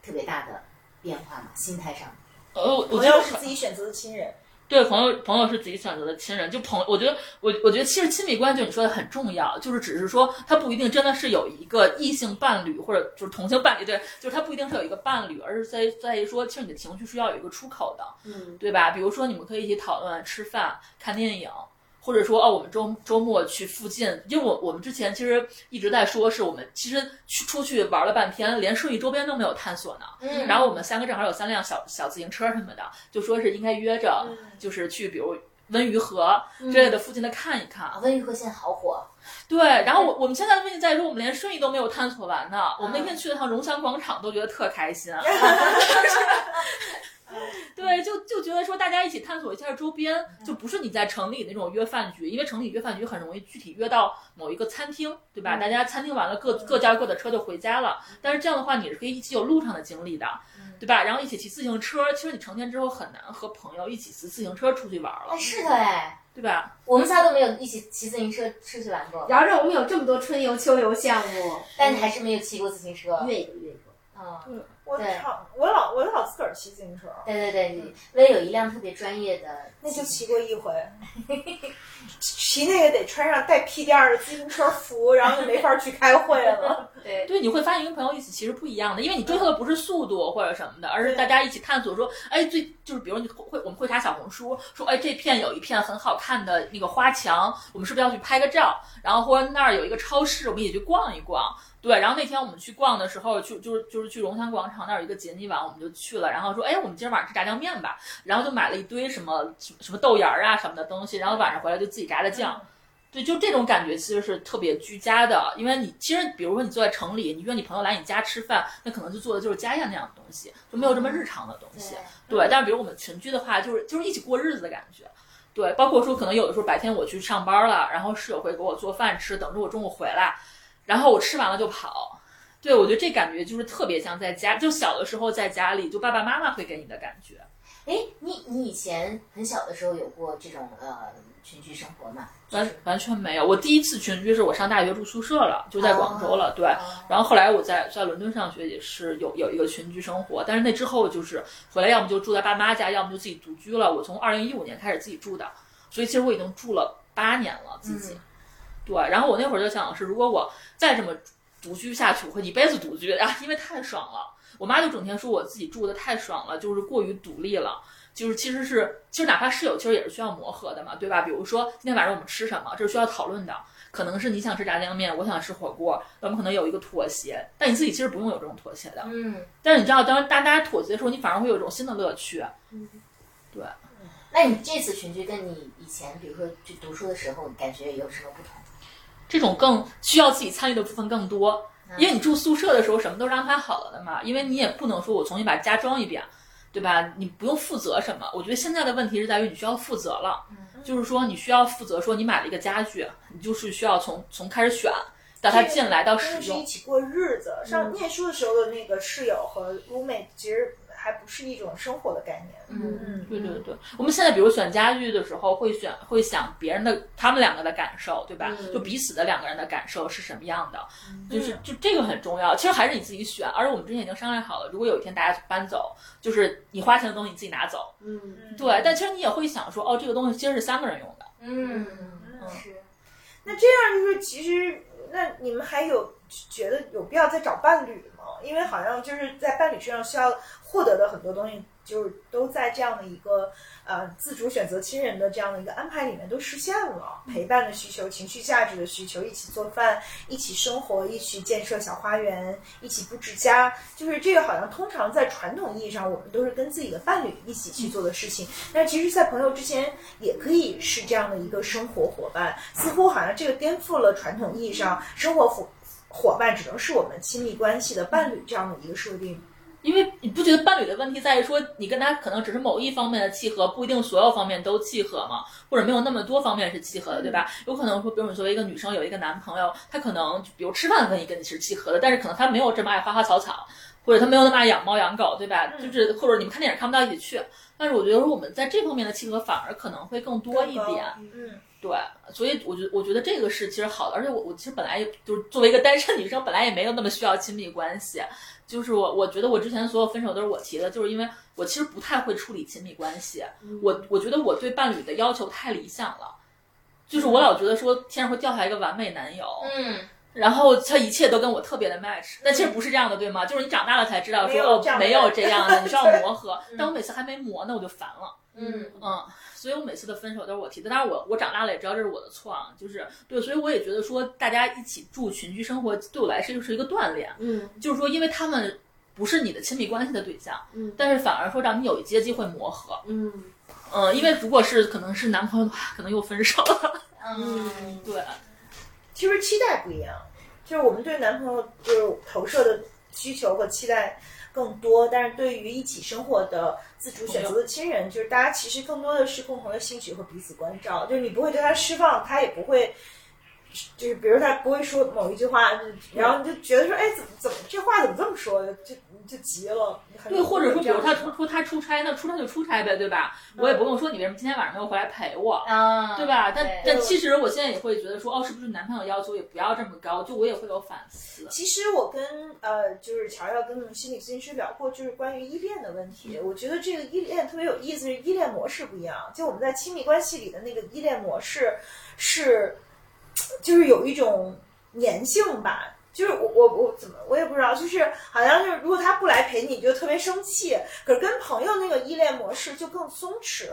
Speaker 1: 特别大的变化吗？心态上？
Speaker 4: 呃，我
Speaker 2: 朋
Speaker 4: 觉
Speaker 2: 友
Speaker 4: 得
Speaker 2: 是自己选择的亲人，
Speaker 4: 对朋友，朋友是自己选择的亲人，就朋，我觉得我我觉得其实亲密关系就你说的很重要，就是只是说他不一定真的是有一个异性伴侣或者就是同性伴侣，对，就是他不一定是有一个伴侣，而是在在于说，其实你的情绪是要有一个出口的，
Speaker 3: 嗯，
Speaker 4: 对吧？比如说你们可以一起讨论吃饭、看电影，或者说哦，我们周周末去附近，因为我我们之前其实一直在说，是我们其实去出去玩了半天，连顺义周边都没有探索呢。
Speaker 2: 嗯
Speaker 4: 然后我们三个正好有三辆小小自行车什么的，就说是应该约着，
Speaker 2: 嗯
Speaker 4: 就是去比如。温榆河之类的附近的看一看，
Speaker 2: 嗯
Speaker 1: 啊，温榆河现在好火，
Speaker 4: 对。然后我我们现在的问题在于说，我们连顺义都没有探索完呢。我们那天去了趟荣祥广场，都觉得特开心。
Speaker 2: 嗯
Speaker 4: 对，就就觉得说大家一起探索一下周边，就不是你在城里那种约饭局，因为城里约饭局很容易具体约到某一个餐厅，对吧？大家餐厅完了各
Speaker 1: 嗯
Speaker 4: 各叫各的车就回家了。但是这样的话，你是可以一起有路上的经历的，
Speaker 1: 嗯
Speaker 4: 对吧？然后一起骑自行车，其实你成年之后很难和朋友一起骑自行车出去玩了
Speaker 1: 哎，，是的哎，
Speaker 4: 对吧？
Speaker 1: 我们仨都没有一起骑自行车出去玩过，
Speaker 3: 然后让我们有这么多春游、秋游项目，
Speaker 1: 但还是没有骑过自行车。
Speaker 3: 越一个越一个。
Speaker 1: 嗯，
Speaker 2: 我
Speaker 1: 对
Speaker 2: 操，我老我老自个儿骑自行车，
Speaker 1: 对对对，你温有一辆特别专业的，
Speaker 2: 那就骑过一回。 骑那个得穿上带屁垫儿的自行车服，然后就没法去开会 了。
Speaker 1: 对
Speaker 4: 对，你会发现跟朋友一起其实不一样的，因为你追求的不是速度或者什么的，而是
Speaker 2: 对
Speaker 4: 大家一起探索说，哎，最就是比如你会我们会查小红书，说哎这片有一片很好看的那个花墙，我们是不是要去拍个照？然后或者那儿有一个超市，我们也去逛一逛。对，然后那天我们去逛的时候，去就是就是去荣祥广场那儿有一个杰尼网，我们就去了。然后说，哎，我们今儿晚上吃炸酱面吧，然后就买了一堆什么什么什么豆芽儿啊什么的东西，然后晚上回来就自己炸的酱。对，就这种感觉其实是特别居家的，因为你其实比如说你坐在城里，你约你朋友来你家吃饭，那可能就做的就是家宴那样的东西，就没有这么日常的东西。
Speaker 3: 啊
Speaker 4: 对，但是比如我们群居的话，就是就是一起过日子的感觉。对，包括说可能有的时候白天我去上班了，然后室友会给我做饭吃，等着我中午回来，然后我吃完了就跑。对，我觉得这感觉就是特别像在家，就小的时候在家里，就爸爸妈妈会给你的感觉。
Speaker 1: 哎，你你以前很小的时候有过这种呃群居生活吗？
Speaker 4: 完完全没有，我第一次群居是我上大学住宿舍了，就在广州了，对。
Speaker 1: 哦
Speaker 4: 然后后来我在在伦敦上学也是有有一个群居生活，但是那之后就是回来要么就住在爸妈家，要么就自己独居了。我从二零一五年开始自己住的，所以其实我已经住了八年了自己。
Speaker 1: 嗯
Speaker 4: 对，然后我那会儿就想的是，如果我再这么独居下去，我会一辈子独居的，因为太爽了。我妈就整天说我自己住的太爽了，就是过于独立了。就是其实是，其实哪怕室友，其实也是需要磨合的嘛，对吧？比如说今天晚上我们吃什么，这是需要讨论的。可能是你想吃炸酱面，我想吃火锅，我们可能有一个妥协，但你自己其实不用有这种妥协的。
Speaker 1: 嗯，
Speaker 4: 但是你知道，当大家妥协的时候，你反而会有一种新的乐趣。
Speaker 1: 那你这次群居跟你以前，比如说去读书的时候，你感觉有什么不同？
Speaker 4: 这种更需要自己参与的部分更多，
Speaker 2: 嗯
Speaker 4: 因为你住宿舍的时候什么都是安排好了的嘛，因为你也不能说我重新把家装一遍，对吧？你不用负责什么。我觉得现在的问题是在于你需要负责了，
Speaker 2: 嗯
Speaker 4: 就是说你需要负责，说你买了一个家具，你就是需要从从开始选，到它进来到
Speaker 2: 真
Speaker 4: 使
Speaker 2: 的是一
Speaker 4: 用。
Speaker 2: 起过日子。上念书的时候的那个室友和 roommate 其实还不是一种生活的概念。
Speaker 1: 嗯，
Speaker 2: 嗯，
Speaker 4: 对对对，我们现在比如选家具的时候，会选会想别人的他们两个的感受，对吧？
Speaker 3: 嗯
Speaker 4: 就彼此的两个人的感受是什么样的，
Speaker 2: 嗯
Speaker 4: 就是就这个很重要。其实还是你自己选，而且我们之前已经商量好了，如果有一天大家搬走，就是你花钱的东西你自己拿走。
Speaker 3: 嗯，
Speaker 2: 嗯
Speaker 4: 对，但其实你也会想说，哦，这个东西其实是三个人用的。
Speaker 1: 嗯，
Speaker 2: 嗯
Speaker 1: 是。
Speaker 2: 那这样就是，其实那你们还有觉得有必要再找伴侣吗？因为好像就是在伴侣身上需要获得的很多东西，就是都在这样的一个呃自主选择亲人的这样的一个安排里面都实现了。陪伴的需求、情绪价值的需求，一起做饭、一起生活、一起建设小花园、一起布置家，就是这个好像通常在传统意义上，我们都是跟自己的伴侣一起去做的事情。但其实，在朋友之前也可以是这样的一个生活伙伴，似乎好像这个颠覆了传统意义上生活伙伙伴只能是我们亲密关系的伴侣这样的一个设定。
Speaker 4: 因为你不觉得伴侣的问题在于说，你跟他可能只是某一方面的契合，不一定所有方面都契合嘛，或者没有那么多方面是契合的，对吧？有可能说，比如你作为一个女生有一个男朋友，他可能比如吃饭跟你跟你是契合的，但是可能他没有这么爱花花草草，或者他没有那么爱养猫养狗，对吧？
Speaker 2: 嗯
Speaker 4: 就是或者你们看电影看不到一起去，但是我觉得说我们在这方面的契合反而可能会更多一点。
Speaker 2: 嗯，
Speaker 4: 对，所以我觉得我觉得这个是其实好的，而且我我其实本来也就是作为一个单身女生，本来也没有那么需要亲密关系。就是我我觉得我之前所有分手都是我提的，就是因为我其实不太会处理亲密关系，
Speaker 2: 嗯
Speaker 4: 我我觉得我对伴侣的要求太理想了，就是我老觉得说天上会掉下一个完美男友，
Speaker 1: 嗯，
Speaker 4: 然后他一切都跟我特别的 match，但其实不是这样的，对吗？就是你长大了才知
Speaker 2: 嗯
Speaker 4: 道
Speaker 2: 没
Speaker 4: 说
Speaker 2: 有
Speaker 4: 哦
Speaker 2: 这样的嗯
Speaker 4: 没有这样的，你 需要磨合。但我每次还没磨呢，我就烦了。
Speaker 1: 嗯
Speaker 4: 嗯，所以我每次的分手都是我提的，当然我我长大了也知道这是我的错啊，就是对，所以我也觉得说大家一起住群居生活对我来说就是一个锻炼，
Speaker 3: 嗯
Speaker 4: 就是说因为他们不是你的亲密关系的对象，
Speaker 3: 嗯
Speaker 4: 但是反而说让你有一些机会磨合，
Speaker 3: 嗯
Speaker 4: 嗯，因为如果是可能是男朋友的话，可能又分手了，
Speaker 1: 嗯，
Speaker 4: 对，啊
Speaker 2: 其实期待不一样，就是我们对男朋友就是投射的需求和期待更多，但是对于一起生活的自主选择的亲人，就是大家其实更多的是共同的兴趣和彼此关照，就是你不会对他失望，他也不会。就是比如他不会说某一句话，就然后你就觉得说，哎，怎么怎么这话怎么这么说的，就就急了。很
Speaker 4: 对，或者说比如
Speaker 2: 这样
Speaker 4: 他
Speaker 2: 子
Speaker 4: 出出他出差，那出差就出差呗，对吧？我也不用说你为什么今天晚上没有回来陪我，
Speaker 1: 啊，
Speaker 4: 嗯对吧？但
Speaker 1: 对
Speaker 4: 但其实我现在也会觉得说，哦，是不是男朋友要求也不要这么高？就我也会有反思。
Speaker 2: 其实我跟呃，就是乔乔跟心理咨询师聊过，就是关于依恋的问题。我觉得这个依恋特别有意思，是依恋模式不一样。就我们在亲密关系里的那个依恋模式是，就是有一种粘性吧。就是我我我怎么我也不知道，就是好像是如果他不来陪你，你就特别生气。可是跟朋友那个依恋模式就更松弛。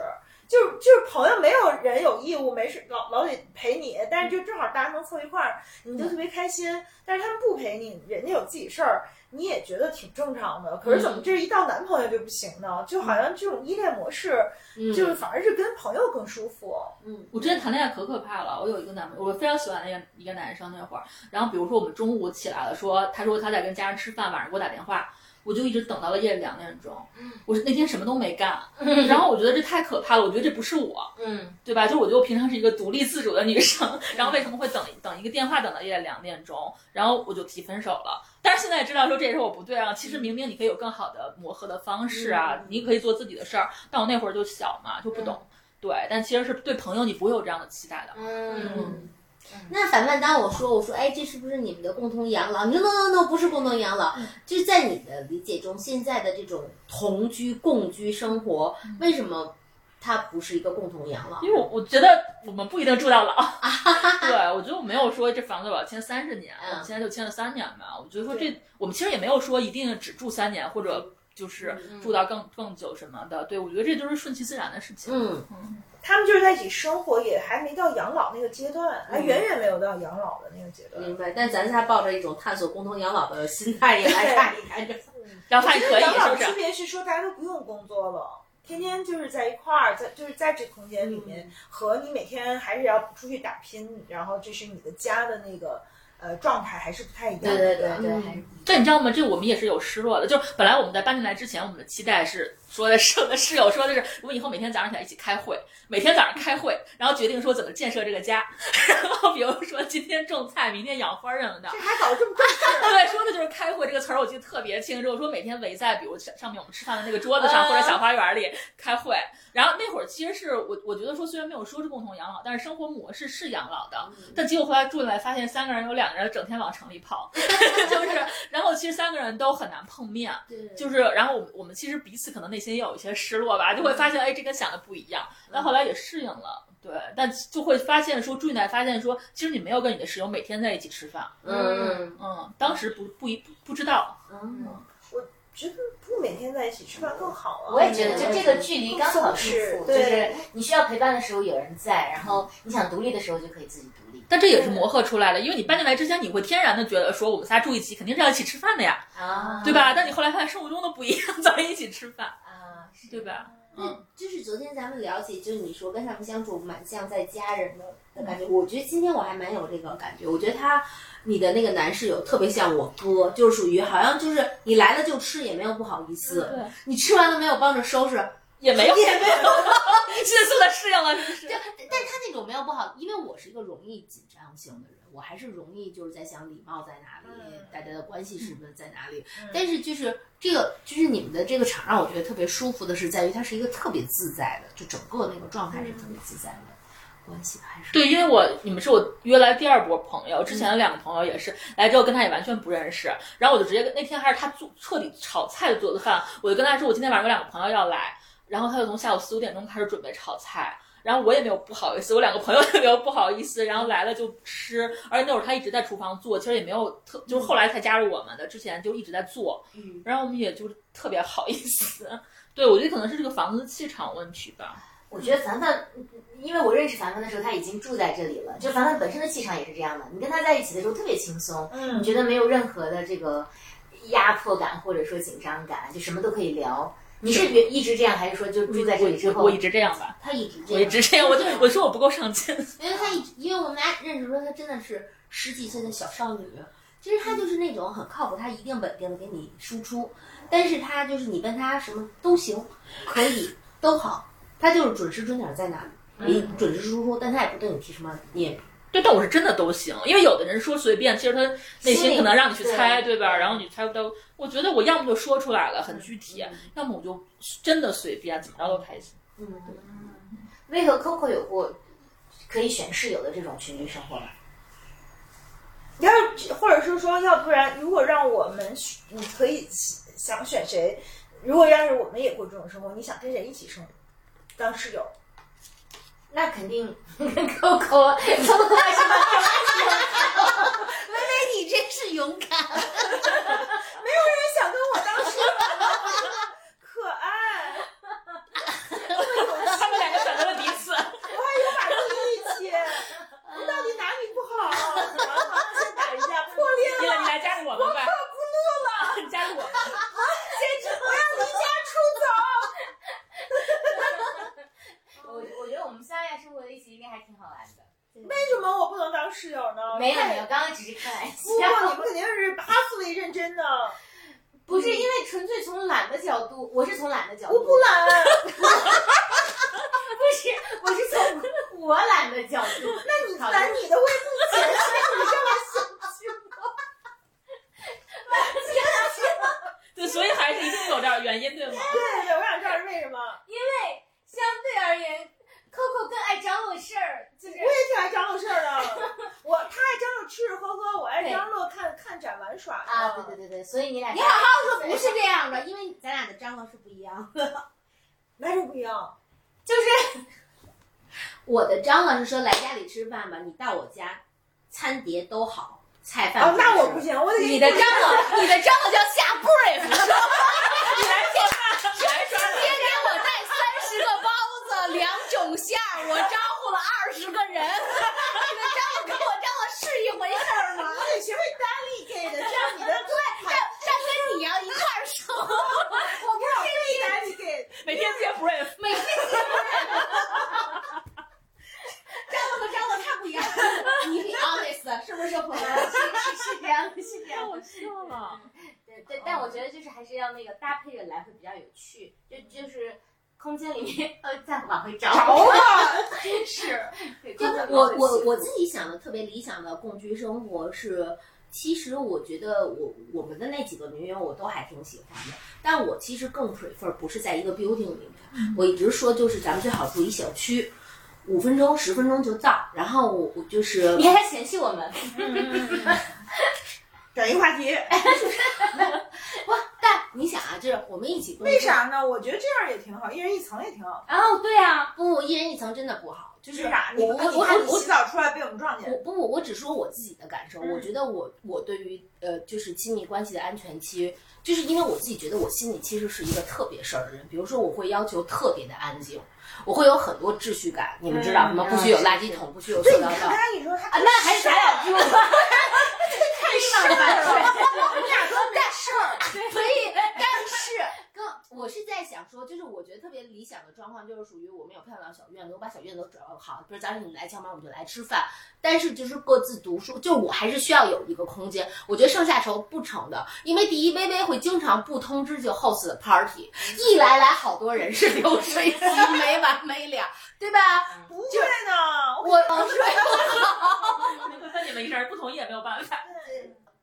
Speaker 2: 就是就是朋友没有人有义务没事老老得陪你，但是就正好大家能凑一块儿，你就特别开心。但是他们不陪你，人家有自己事儿，你也觉得挺正常
Speaker 1: 嗯
Speaker 2: 的。可是怎么这一到男朋友就不行呢？就好像这种依恋模式，
Speaker 3: 嗯
Speaker 2: 就是反而是跟朋友更舒服。
Speaker 3: 嗯
Speaker 4: 我之前谈恋爱可可怕了，我有一个男朋友，我非常喜欢的一个一个男生那会儿，然后比如说我们中午起来了，说他说他在跟家人吃饭，晚上给我打电话，我就一直等到了夜里两点钟，我是那天什么都没 干，然后我觉得这太可怕了，我觉得这不是我，
Speaker 1: 嗯
Speaker 4: 对吧？就我觉得我平常是一个独立自主的女生，然后为什么会等等一个电话等到夜里两点钟，然后我就提分手了。但是现在知道说这也是我不对啊，其实明明你可以有更好的磨合的方式啊，你可以做自己的事儿。但我那会儿就小嘛，就不懂。对，但其实是对朋友你不会有这样的期待的。
Speaker 1: 嗯，
Speaker 3: 那反问，当我说我说，哎，这是不是你们的共同养老？你说 no no no，不是共同养老，就是在你的理解中，现在的这种同居、共居生活，为什么它不是一个共同养老？
Speaker 4: 因为我我觉得我们不一定住到老， 对我觉得我没有说这房子我要签三十年，
Speaker 2: 嗯
Speaker 4: 我们现在就签了三年嘛。我觉得说这我们其实也没有说一定只住三年或者就是
Speaker 2: 嗯
Speaker 4: 住到更更久什么的。对我觉得这就是顺其自然的事情。
Speaker 3: 嗯
Speaker 2: 他们就是在一起生活，也还没到养老那个阶段，
Speaker 1: 嗯
Speaker 2: 还远远没有到养老的那个阶段。
Speaker 3: 明白。但咱仨抱着一种探索共同养老的心态也来看一看这。
Speaker 4: 然后发
Speaker 2: 我
Speaker 4: 现
Speaker 2: 觉得
Speaker 4: 可以，
Speaker 2: 养
Speaker 4: 是
Speaker 2: 老
Speaker 4: 不
Speaker 2: 区
Speaker 4: 是？
Speaker 2: 别是说大家都不用工作了，天天就是在一块儿，在就是在这空间里
Speaker 1: 嗯
Speaker 2: 面，和你每天还是要出去打拼，然后这是你的家的那个呃状态还是不太一样
Speaker 1: 对对
Speaker 2: 的。
Speaker 1: 对对，
Speaker 3: 嗯
Speaker 1: 还是
Speaker 4: 但你知道吗？这我们也是有失落的。就是本来我们在搬进来之前，我们的期待是说的是我们室友说的是，我们以后每天早上起来一起开会，每天早上开会，然后决定说怎么建设这个家， 然后比如说今天种菜，明天养花什么的
Speaker 2: 这。还搞得这么重视，
Speaker 4: 对，说的就是开会这个词儿，我记得特别清楚。说每天围在比如上上面我们吃饭的那个桌子上
Speaker 2: 啊
Speaker 4: 或者小花园里开会。然后那会儿其实是我我觉得说虽然没有说是共同养老，但是生活模式是养老的。但结果后来住进来发现三个人有两个人整天往城里跑，就是然后其实三个人都很难碰面。
Speaker 3: 对
Speaker 4: 就是，然后我们我们其实彼此可能内心也有一些失落吧，就会发现，哎，这跟想的不一样。但后来也适应了，对，但就会发现说，住进来发现说，其实你没有跟你的室友每天在一起吃饭，
Speaker 3: 嗯
Speaker 4: 嗯，当时不不一不不知道，
Speaker 3: 嗯
Speaker 2: 觉得不每天在一起吃饭更好啊。
Speaker 1: 我也觉得，就这个距离刚好舒服，
Speaker 2: 对
Speaker 1: 就是你需要陪伴的时候有人在，然后你想独立的时候就可以自己独立。
Speaker 4: 但这也是磨合出来的，因为你搬进来之前，你会天然的觉得说，我们仨住一起肯定是要一起吃饭的呀，
Speaker 1: 啊
Speaker 3: 嗯
Speaker 4: 对？吧？但你后来发现生活中都不一样，咱们一起吃饭，
Speaker 1: 啊，是
Speaker 4: 对吧？嗯，
Speaker 3: 就是昨天咱们了解，就是你说跟他们相处蛮像在家人的的感觉。我觉得今天我还蛮有这个感觉。我觉得他，你的那个男室友特别像我哥，就是属于好像就是你来了就吃，也没有不好意思。
Speaker 4: 对
Speaker 3: 你吃完了没有帮着收拾，
Speaker 4: 也没有
Speaker 3: 也没有。
Speaker 4: 迅速的适应了，是不是
Speaker 3: 对？，但但他那种没有不好，因为我是一个容易紧张型的人，我还是容易就是在想礼貌在哪里，
Speaker 2: 嗯
Speaker 3: 大家的关系是不是在哪里。但是就是这个，就是你们的这个场让我觉得特别舒服的是在于，它是一个特别自在的，就整个那个状态是特别自在的。
Speaker 1: 关系吧？还是
Speaker 4: 对，因为我你们是我约来第二波朋友，之前
Speaker 1: 嗯
Speaker 4: 的两个朋友也是来之后跟他也完全不认识，然后我就直接跟那天还是他做彻底炒菜做的饭，我就跟他说我今天晚上有两个朋友要来，然后他就从下午四五点钟开始准备炒菜。然后我也没有不好意思，我两个朋友也没有不好意思，然后来了就吃，而且那会儿他一直在厨房做，其实也没有特，就是后来才加入我们的，之前就一直在做，
Speaker 3: 嗯，
Speaker 4: 然后我们也就特别好意思， 对我觉得可能是这个房子气场问题吧，
Speaker 1: 我觉得凡凡，因为我认识凡凡的时候，他已经住在这里了，就凡凡本身的气场也是这样的。你跟他在一起的时候特别轻松，
Speaker 2: 嗯
Speaker 1: 你觉得没有任何的这个压迫感或者说紧张感，就什么都可以聊。你是原一直这样，还是说就住在这里之
Speaker 4: 我
Speaker 1: 后
Speaker 4: 我一直这样吧，
Speaker 3: 他一直这
Speaker 4: 我
Speaker 3: 样，
Speaker 4: 一直这样，我就
Speaker 3: 对
Speaker 4: 我说我不够上进，
Speaker 3: 因为他一直，因为我们俩认识的时候，他真的是十几岁的小少女。其实他就是那种很靠谱，他一定稳定的给你输出，但是他就是你问他什么都行，可以都好，他就是准时准点在哪
Speaker 1: 嗯
Speaker 3: 里，你准时输出，但他也不对你提什么，你也
Speaker 4: 对，但我是真的都行，因为有的人说随便，其实他内
Speaker 3: 心
Speaker 4: 心
Speaker 3: 里
Speaker 4: 可能让你去猜，
Speaker 1: 对
Speaker 4: 对吧？然后你猜不到，我觉得我要么就说出来了，很具体，要么我就真的随便，怎么着都开 心。
Speaker 1: 威和 Coco 有过可以选室友的这种群居生活吗？
Speaker 2: 要是或者是说，要不然如果让我们选你可以想选谁，如果要是我们也过这种生活，你想跟谁一起生活？当室友？
Speaker 1: 那肯 定跟 Coco 从来是吧
Speaker 3: 哎，你真是勇
Speaker 2: 没
Speaker 3: 敢，
Speaker 2: 有人想跟我当室友， 可爱，
Speaker 4: 他们两个选择了彼此，
Speaker 2: 我还有法跟你一起，我到底哪里不好？ 然后先打一架，破裂
Speaker 4: 你
Speaker 2: 了
Speaker 4: 来，你来加入我们吧，不录了，你加入我们。
Speaker 2: 简直我要离家出走。
Speaker 1: 我我觉得我们三亚生活在一起应该还挺好玩的。
Speaker 2: 为什么我不能当室友呢？哎
Speaker 1: 没有没有，刚刚只是开玩
Speaker 2: 不过你
Speaker 1: 笑，
Speaker 2: 们肯定是哈斯为认真的，
Speaker 1: 不是因为纯粹从懒的角度，我是从懒的角度，
Speaker 2: 我不懒。
Speaker 1: 不是， 我是从我懒的角度。 那你
Speaker 2: 男你的会自己解释，你上来想清楚。
Speaker 4: 对，所以还是一定有点原因，对吗？
Speaker 2: 对对 对，我想知道是为什么。
Speaker 1: 相对而言，Coco 更爱找我事儿，就是
Speaker 2: 我也挺爱张罗事儿的，我他爱张罗吃吃喝喝，我爱张罗看看展玩耍。
Speaker 1: 啊，对对对对，所以你俩
Speaker 3: 你好好说，不是这样的，因为咱俩的张罗是不一样的。
Speaker 2: 哪种不一样？
Speaker 3: 我的张罗是说来家里吃饭吧，你到我家，餐碟都好，菜饭
Speaker 2: 哦，那
Speaker 3: 好
Speaker 2: 我
Speaker 3: 吃
Speaker 2: 不行，我得给
Speaker 3: 你的张 罗，你的张罗叫下 brief，
Speaker 4: 你来说吧，你 来说
Speaker 3: 今
Speaker 4: 吧。
Speaker 3: 天给我带三十个包子，两种馅儿，我招呼了二十个人，你 的张罗跟我张罗是一回事儿吗？
Speaker 2: 我得学会 delegate，这样你的
Speaker 3: 这这跟你要一块儿生活，
Speaker 2: 我不好会 delegate。
Speaker 4: 每天接 brief，
Speaker 3: 每天 张罗跟张罗太不一样了，你 honest 是不是朋友？
Speaker 1: 是是这样的，是这样的。
Speaker 4: 笑了。
Speaker 1: 对对，但我觉
Speaker 3: 哦
Speaker 1: 得就是还是要那个搭配着来会比较有趣，就就是空间里面呃再往回找。
Speaker 2: 了，真是。
Speaker 1: 对
Speaker 3: 就
Speaker 1: 空间往
Speaker 3: 我
Speaker 1: 回
Speaker 3: 我
Speaker 1: 找
Speaker 3: 我自己想的特别理想的共居生活是，其实我觉得我我们的那几个女友我都还挺喜欢的，但我其实更 prefer 不是在一个 building 里
Speaker 1: 嗯
Speaker 3: 面，我一直说就是咱们最好住一小区，五分钟十分钟就到，然后我我就是
Speaker 1: 你还在嫌弃我们？
Speaker 2: 转移话题，
Speaker 3: 不，但你想啊，就是我们一起共居
Speaker 2: 为？啥呢？我觉得这样也挺好，一人一层也挺好。
Speaker 3: 哦，对啊，不，一人一层真的不好，就是
Speaker 2: 为啥？你
Speaker 3: 我我
Speaker 2: 你
Speaker 3: 我
Speaker 2: 看你
Speaker 3: 我
Speaker 2: 洗澡出来被我们撞见，
Speaker 3: 我不，我我只说我自己的感受。
Speaker 2: 嗯
Speaker 3: 我觉得我我对于呃，就是亲密关系的安全期，就是因为我自己觉得我心里其实是一个特别事儿的人。比如说，我会要求特别的安静，我会有很多秩序感。你们知道什么？
Speaker 1: 嗯
Speaker 3: 不许有垃圾桶，不许有塑
Speaker 2: 对，你
Speaker 3: 料
Speaker 2: 看
Speaker 3: 袋。
Speaker 2: 他你说他
Speaker 3: 啊，那还是咱俩住吧。
Speaker 2: 太浪漫了，我们俩都没事儿。
Speaker 3: 所以，但是跟我是在想说，就是我觉得特别理想的状况，就是属于我们有漂亮的小院子，我把小院子都准备好，比如早上你们来敲门，我们就来吃饭。但是就是各自读书，就是我还是需要有一个空间。我觉得上下楼不成的，因为第一微微会经常不通知就 host 的 party，一来来好多人是流水席，没完没了，对吧？
Speaker 2: 不会呢，
Speaker 3: 我我说
Speaker 4: 那你们一人不同意也没有办法。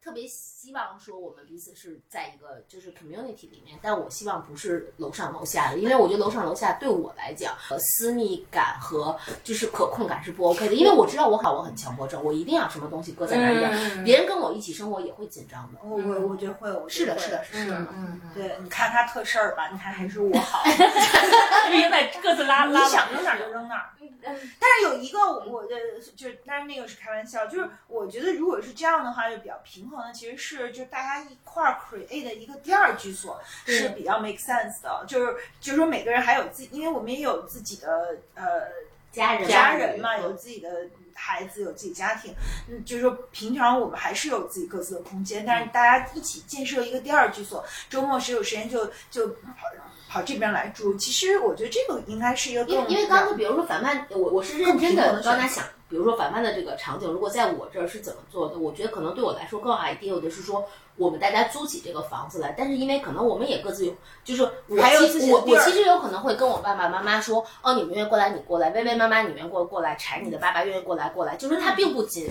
Speaker 3: 特别希望说我们彼此是在一个就是 community 里面，但我希望不是楼上楼下的，因为我觉得楼上楼下对我来讲，呃私密感和就是可控感是不 OK 的，因为我知道我好，我很强迫症，我一定要什么东西搁在哪里，
Speaker 1: 嗯
Speaker 3: 别人跟我一起生活也会紧张的。
Speaker 2: 我我我觉得会，我觉
Speaker 3: 是
Speaker 2: 得会
Speaker 3: 的，是的，。是的。
Speaker 1: 嗯嗯，
Speaker 2: 对，你看他特事儿吧，你看还是我 好。
Speaker 4: 因为在各自拉
Speaker 2: 你
Speaker 4: 拉拢。
Speaker 2: 想扔哪儿就扔哪儿。嗯但是有一个我我的就是，但是那个是开玩笑，就是我觉得如果是这样的话，就比较平衡的，其实是就大家一块儿 create 的一个第二居所是比较 make sense 的，就是就是说每个人还有自己，因为我们也有自己的呃
Speaker 3: 家人，
Speaker 2: 家人嘛，有自己的孩子，有自己家庭，嗯，就是说平常我们还是有自己各自的空间，但是大家一起建设一个第二居所，周末谁有时间就就跑跑这边来住。其实我觉得这个应该是一个
Speaker 3: 因为
Speaker 2: 更
Speaker 3: 因为刚才比如说反叛，我我是认真
Speaker 2: 更平衡
Speaker 3: 的
Speaker 2: 的选择
Speaker 3: 刚才想，比如说反叛的这个场景，如果在我这儿是怎么做的，我觉得可能对我来说更 ideal 的是说，我们大家租起这个房子来，但是因为可能我们也各自有，就是我
Speaker 2: 还有自
Speaker 3: 其
Speaker 2: 己
Speaker 3: 我
Speaker 2: 的地
Speaker 3: 我
Speaker 2: 儿
Speaker 3: 其实有可能会跟我爸爸妈妈说，哦，你们愿意过来，你过来，薇薇妈妈你愿意过过来，柴你的爸爸愿意过来过来，就是
Speaker 2: 嗯
Speaker 3: 他并不仅。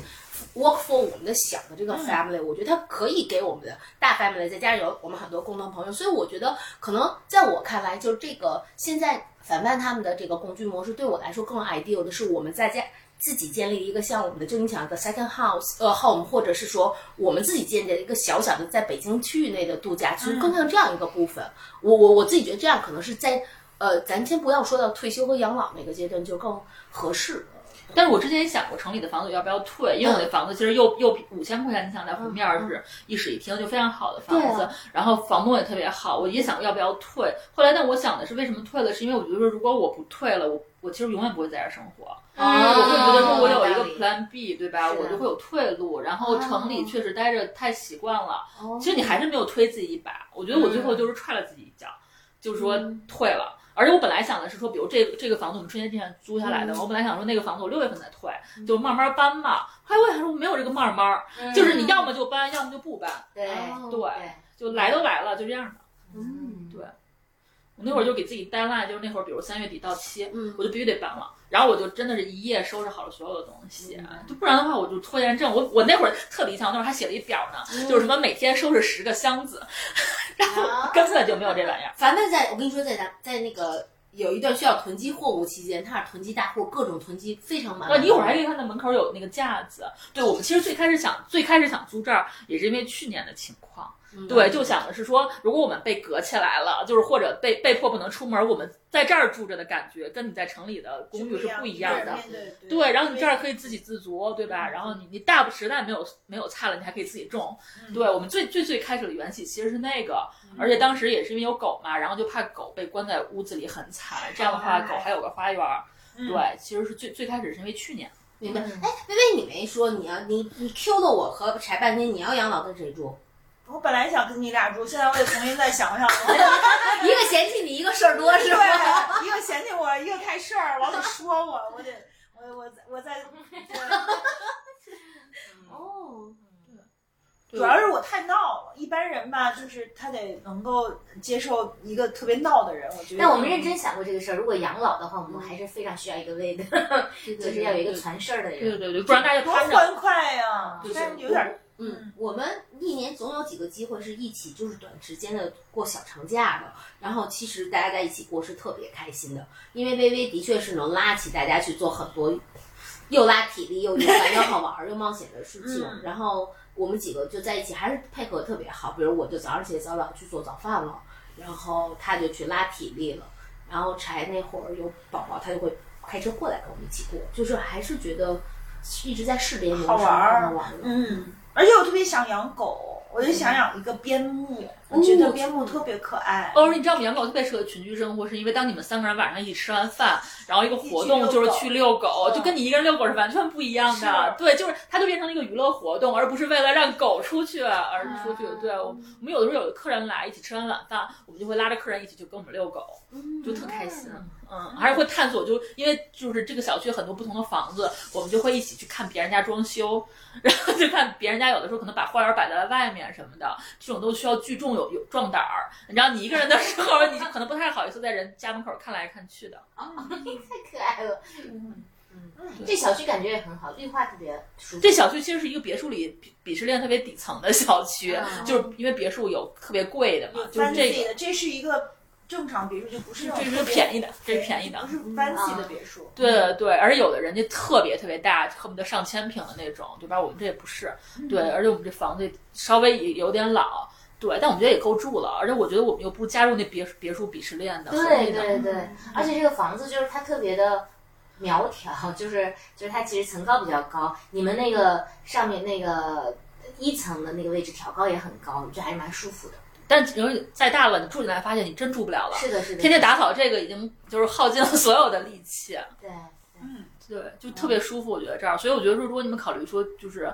Speaker 3: work for 我们的小的这个 family，、我觉得它可以给我们的大 family，再加上有我们很多共同朋友，所以我觉得可能在我看来，就是这个现在反叛他们的这个共居模式，对我来说更 ideal 的是我们在家。自己建立一个像我们的，就你想一个 second house，呃 home，或者是说我们自己建立一个小小的在北京区域内的度假区，更像这样一个部分。我我我自己觉得这样可能是在呃，咱先不要说到退休和养老那个阶段，就更合适。
Speaker 4: 但是我之前也想过城里的房子要不要退，因为我那房子其实又又五千块钱，你想在湖面儿是一室一厅，就非常好的房
Speaker 3: 对
Speaker 4: 子，然后房东也特别好，我也想过要不要退。后来，但我想的是为什么退了，是因为我觉得说如果我不退了，我我其实永远不会在这儿生活。
Speaker 1: 嗯
Speaker 4: 哦我会觉得说，我有一
Speaker 1: 道
Speaker 4: 个
Speaker 1: 理
Speaker 4: Plan B，对吧？
Speaker 1: 是的
Speaker 4: 我就会有退路。然后城里确实待着太习惯了，
Speaker 3: 哦
Speaker 4: 其实你还是没有推自己一把。我觉得我最后就是踹了自己一脚，就是说退了。而且我本来想的是说，比如这个、这个房子我们春节之前租下来的，我本来想说那个房子我六月份再退，就慢慢搬嘛。后来我想说没有这个慢慢儿，
Speaker 1: 嗯
Speaker 4: 就是你
Speaker 1: 哦
Speaker 4: 要么就搬，要么就不搬，
Speaker 1: 对
Speaker 4: 对，就来都来了，就这样的。
Speaker 1: 嗯
Speaker 4: 对我那会儿就给自己带赖，就是那会儿，比如三月底到期，
Speaker 3: 嗯
Speaker 4: 我就必须得搬了。然后我就真的是一夜收拾好了所有的东西，啊就不然的话我就拖延症。我我那会儿特理想，我那会儿还写了一表呢，就是什么每天收拾十个箱子， 然后根本就没有这玩意儿。
Speaker 3: 凡凡在，我跟你说，在咱在那个有一段需要囤积货物期间，他是囤积大货，各种囤积非常满。
Speaker 4: 那啊一会儿还可以看到门口有那个架子。对我们其实最开始想最开始想租这儿，也是因为去年的情况。
Speaker 3: 嗯
Speaker 4: 对，就想的是说，如果我们被隔起来了，就是或者被被迫不能出门，我们在这儿住着的感觉，跟你在城里的公寓是不一样的。
Speaker 2: 对对对
Speaker 4: 对，然后你这儿可以自给自足，对吧？然后你你大不实在没有没有菜了，你还可以自己种。
Speaker 2: 嗯
Speaker 4: 对我们最最最开始的缘起其实是那个，而且当时也是因为有狗嘛，然后就怕狗被关在屋子里很惨，这样的话
Speaker 2: 哎
Speaker 4: 狗还有个花园儿。
Speaker 2: 嗯
Speaker 4: 对，其实是最最开始是因为去年，
Speaker 3: 明白。哎，薇薇，你没说你要你你 Q 的我和柴半天，你要养老跟谁住？
Speaker 2: 我本来想跟你俩住，现在我得重新再想想了。
Speaker 3: 一个嫌弃你，一个事儿 多是吧？
Speaker 2: 对， 一个嫌弃我，一个太事儿，老得说我，我得我我再我再，
Speaker 3: 哦，
Speaker 2: 主要是我太闹了。一般人吧，就是他得能够接受一个特别闹的人，我觉得。
Speaker 1: 但我们认真想过这个事儿，如果养老的话，我们还是非常需要一个位的， 就是要有一个传事儿的
Speaker 4: 对
Speaker 1: 人。
Speaker 4: 对对，不然大家就
Speaker 2: 多
Speaker 4: 趴着。
Speaker 2: 哎欢快呀、
Speaker 4: 对对
Speaker 2: 但是有点儿
Speaker 3: 嗯，我们一年总有几个机会是一起，就是短时间的过小长假的。然后其实大家在一起过是特别开心的，因为微微的确是能拉起大家去做很多又拉体力又勇敢又好玩儿又冒险的事情。
Speaker 2: 嗯
Speaker 3: 然后我们几个就在一起，还是配合特别好。比如我就早上起来早早去做早饭了，然后他就去拉体力了。然后柴那会儿有宝宝，他就会开车过来跟我们一起过，就是还是觉得一直在试这些模式
Speaker 2: 好玩儿
Speaker 3: 好玩的。
Speaker 2: 嗯，而且我特别想养狗，我就想养一个边牧，我觉得边牧特别可爱。
Speaker 4: 哦，你知道我们养狗特别适合群居生活，是因为当你们三个人晚上一起吃完饭，然后一个活动就是去遛狗，
Speaker 2: 嗯
Speaker 4: 就跟你一个人遛狗是完全不一样的。
Speaker 2: 是
Speaker 4: 对，就是它就变成了一个娱乐活动，而不是为了让狗出去而出去。对，我们我们有的时候有客人来一起吃完晚饭，我们就会拉着客人一起去跟我们遛狗，就特开心。嗯，还是会探索，就因为就是这个小区很多不同的房子，我们就会一起去看别人家装修，然后就看别人家有的时候可能把花园摆在外面什么的，这种都需要聚众有有壮胆儿。你知道你一个人的时候，你就可能不太好意思在人家门口看来看去的。
Speaker 3: 太可爱了。
Speaker 1: 这小区感觉也很好，绿化特别舒服。
Speaker 4: 这小区其实是一个别墅里鄙鄙视链特别底层的小区，
Speaker 1: 嗯
Speaker 4: 就是因为别墅有特别贵的嘛，就是这
Speaker 2: ，fancy
Speaker 4: 个
Speaker 2: 的，这是一个正常别墅，就不是那
Speaker 4: 这
Speaker 2: 种
Speaker 4: 是便宜的，这是便宜的嗯
Speaker 2: 不。是 fancy
Speaker 1: 啊
Speaker 2: 的别墅。
Speaker 4: 对对，而且有的人家特别特别大，恨不得上千平的那种，对吧？我们这也不是，
Speaker 1: 嗯
Speaker 4: 对，而且我们这房子稍微也有点老，对，但我们觉得也够住了。而且我觉得我们又不加入那别别墅鄙视链的，何
Speaker 1: 对
Speaker 4: 必呢？
Speaker 1: 对对，嗯而且这个房子就是它特别的苗条，就是就是它其实层高比较高，你们那个上面那个一层的那个位置挑高也很高，我觉得还是蛮舒服的。
Speaker 4: 但有人再大了，你住进来发现你真住不了了，
Speaker 1: 是的，是的，
Speaker 4: 天天打扫这个已经就是耗尽了所有的力气。
Speaker 1: 对。对
Speaker 2: 嗯，
Speaker 4: 对，就特别舒服，我觉得这儿。所以我觉得说，如果你们考虑说就是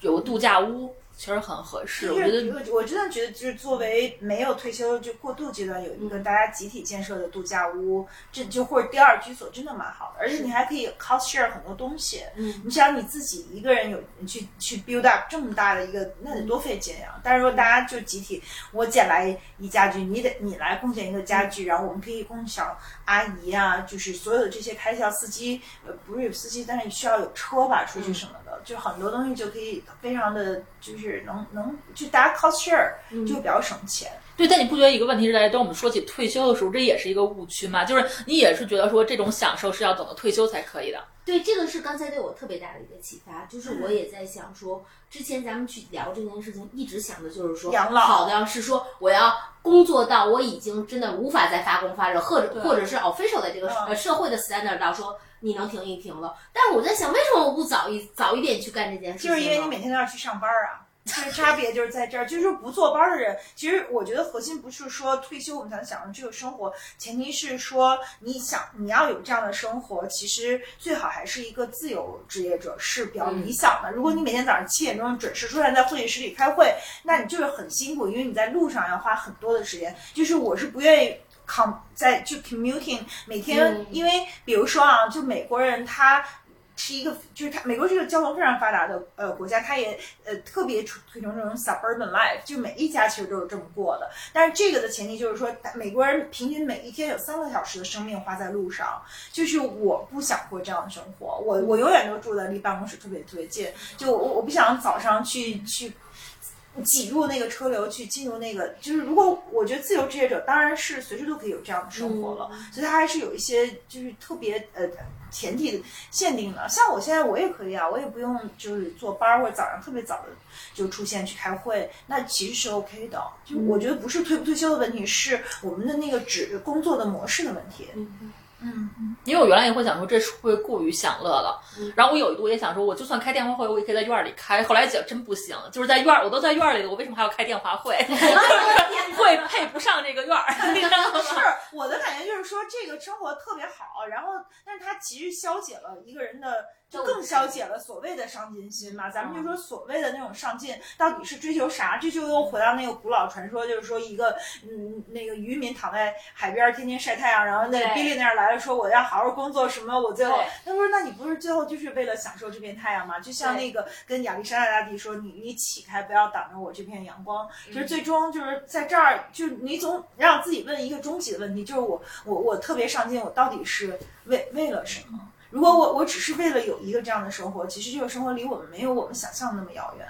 Speaker 4: 有个度假屋，其实很合适。我觉
Speaker 2: 因
Speaker 4: 得
Speaker 2: 为我真的觉得，就是作为没有退休就过渡阶段，有
Speaker 4: 嗯
Speaker 2: 一个大家集体建设的度假屋，这就或者第二居所，真的蛮好的。而且你还可以 cost share 很多东西。
Speaker 1: 嗯，
Speaker 2: 你想你自己一个人有你去去 build up 这么大的一个，那得多费劲呀、
Speaker 4: 嗯
Speaker 2: 但是如果大家就集体，我捡来一家具，你得你来贡献一个
Speaker 4: 嗯
Speaker 2: 家具，然后我们可以共享阿姨啊，就是所有的这些开销，司机呃不是有司机，但是需要有车吧，出去什么的，就很多东西就可以非常的，就是能能就大家 cost share 就比较省钱。
Speaker 4: 对，但你不觉得一个问题是在于，当我们说起退休的时候，这也是一个误区吗？就是你也是觉得说这种享受是要等到退休才可以的。
Speaker 3: 对，这个是刚才对我特别大的一个启发，就是我也在想说，之前咱们去聊这件事情，一直想的就是说，
Speaker 2: 养老
Speaker 3: 好的是说我要工作到我已经真的无法再发光发热，或者
Speaker 4: 对
Speaker 3: 或者是 official 的这个
Speaker 2: 嗯
Speaker 3: 呃社会的 standard 到说你能停一停了。但是我在想，为什么我不早一早一点去干这件事情
Speaker 2: 就
Speaker 3: 呢？
Speaker 2: 是因为你每天都要去上班儿啊。就是差别就是在这儿， 就是说不坐班儿的人，其实我觉得核心不是说退休我们才能享受这个生活，前提是说你想你要有这样的生活，其实最好还是一个自由职业者是比较理想的。如果你每天早上七点钟准时出现在会议室里开会，那你就是很辛苦，因为你在路上要花很多的时间。就是我是不愿意 com 在就 commuting 每天，因为比如说啊，就美国人他是一个，就是它美国是一个交通非常发达的呃国家，它也呃特别推推崇这种 suburban life，就每一家其实都是这么过的。但是这个的前提就是说，美国人平均每一天有三个小时的生命花在路上，就是我不想过这样的生活，我我永远都住在离办公室特别特别近，就我我不想早上去去。挤入那个车流去进入那个，就是如果我觉得自由职业者当然是随时都可以有这样的生活了，所以他还是有一些就是特别呃前提的限定的。像我现在我也可以啊，我也不用就是坐班儿或者早上特别早的就出现去开会，那其实是 OK 的。就我觉得不是退不退休的问题，是我们的那个职工作的模式的问题。嗯
Speaker 4: 因为我原来也会想说，这是会过于享乐了。
Speaker 3: 嗯
Speaker 4: 然后我有一度也想说，我就算开电话会，我也可以在院儿里开。后来觉得真不行，就是在院儿，我都在院儿里了，我为什么还要开电话 会？ 会配不上这个院儿，你知 道吗？
Speaker 2: 是我的感觉就是说，这个生活特别好，然后，但是它其实消解了一个人的，就更消解了所谓的上进心嘛。咱们
Speaker 3: 嗯
Speaker 2: 就说所谓的那种上进，到底是追求啥？这就又回到那个古老传说，就是说一个嗯，那个渔民躺在海边儿天天晒太阳，然后那
Speaker 3: 对
Speaker 2: Billy 那儿来了，说我要好好工作什么，我最后
Speaker 3: 对
Speaker 2: 那不是那你不是最后就是为了享受这片太阳吗？就像那个跟亚历山大大帝说，你你起开，不要挡着我这片阳光。就是最终就是在这儿，就是你总让自己问一个终极的问题，就是我我我特别上进，我到底是为为了什么？如果我我只是为了有一个这样的生活，其实这个生活离我们没有我们想象的那么遥远。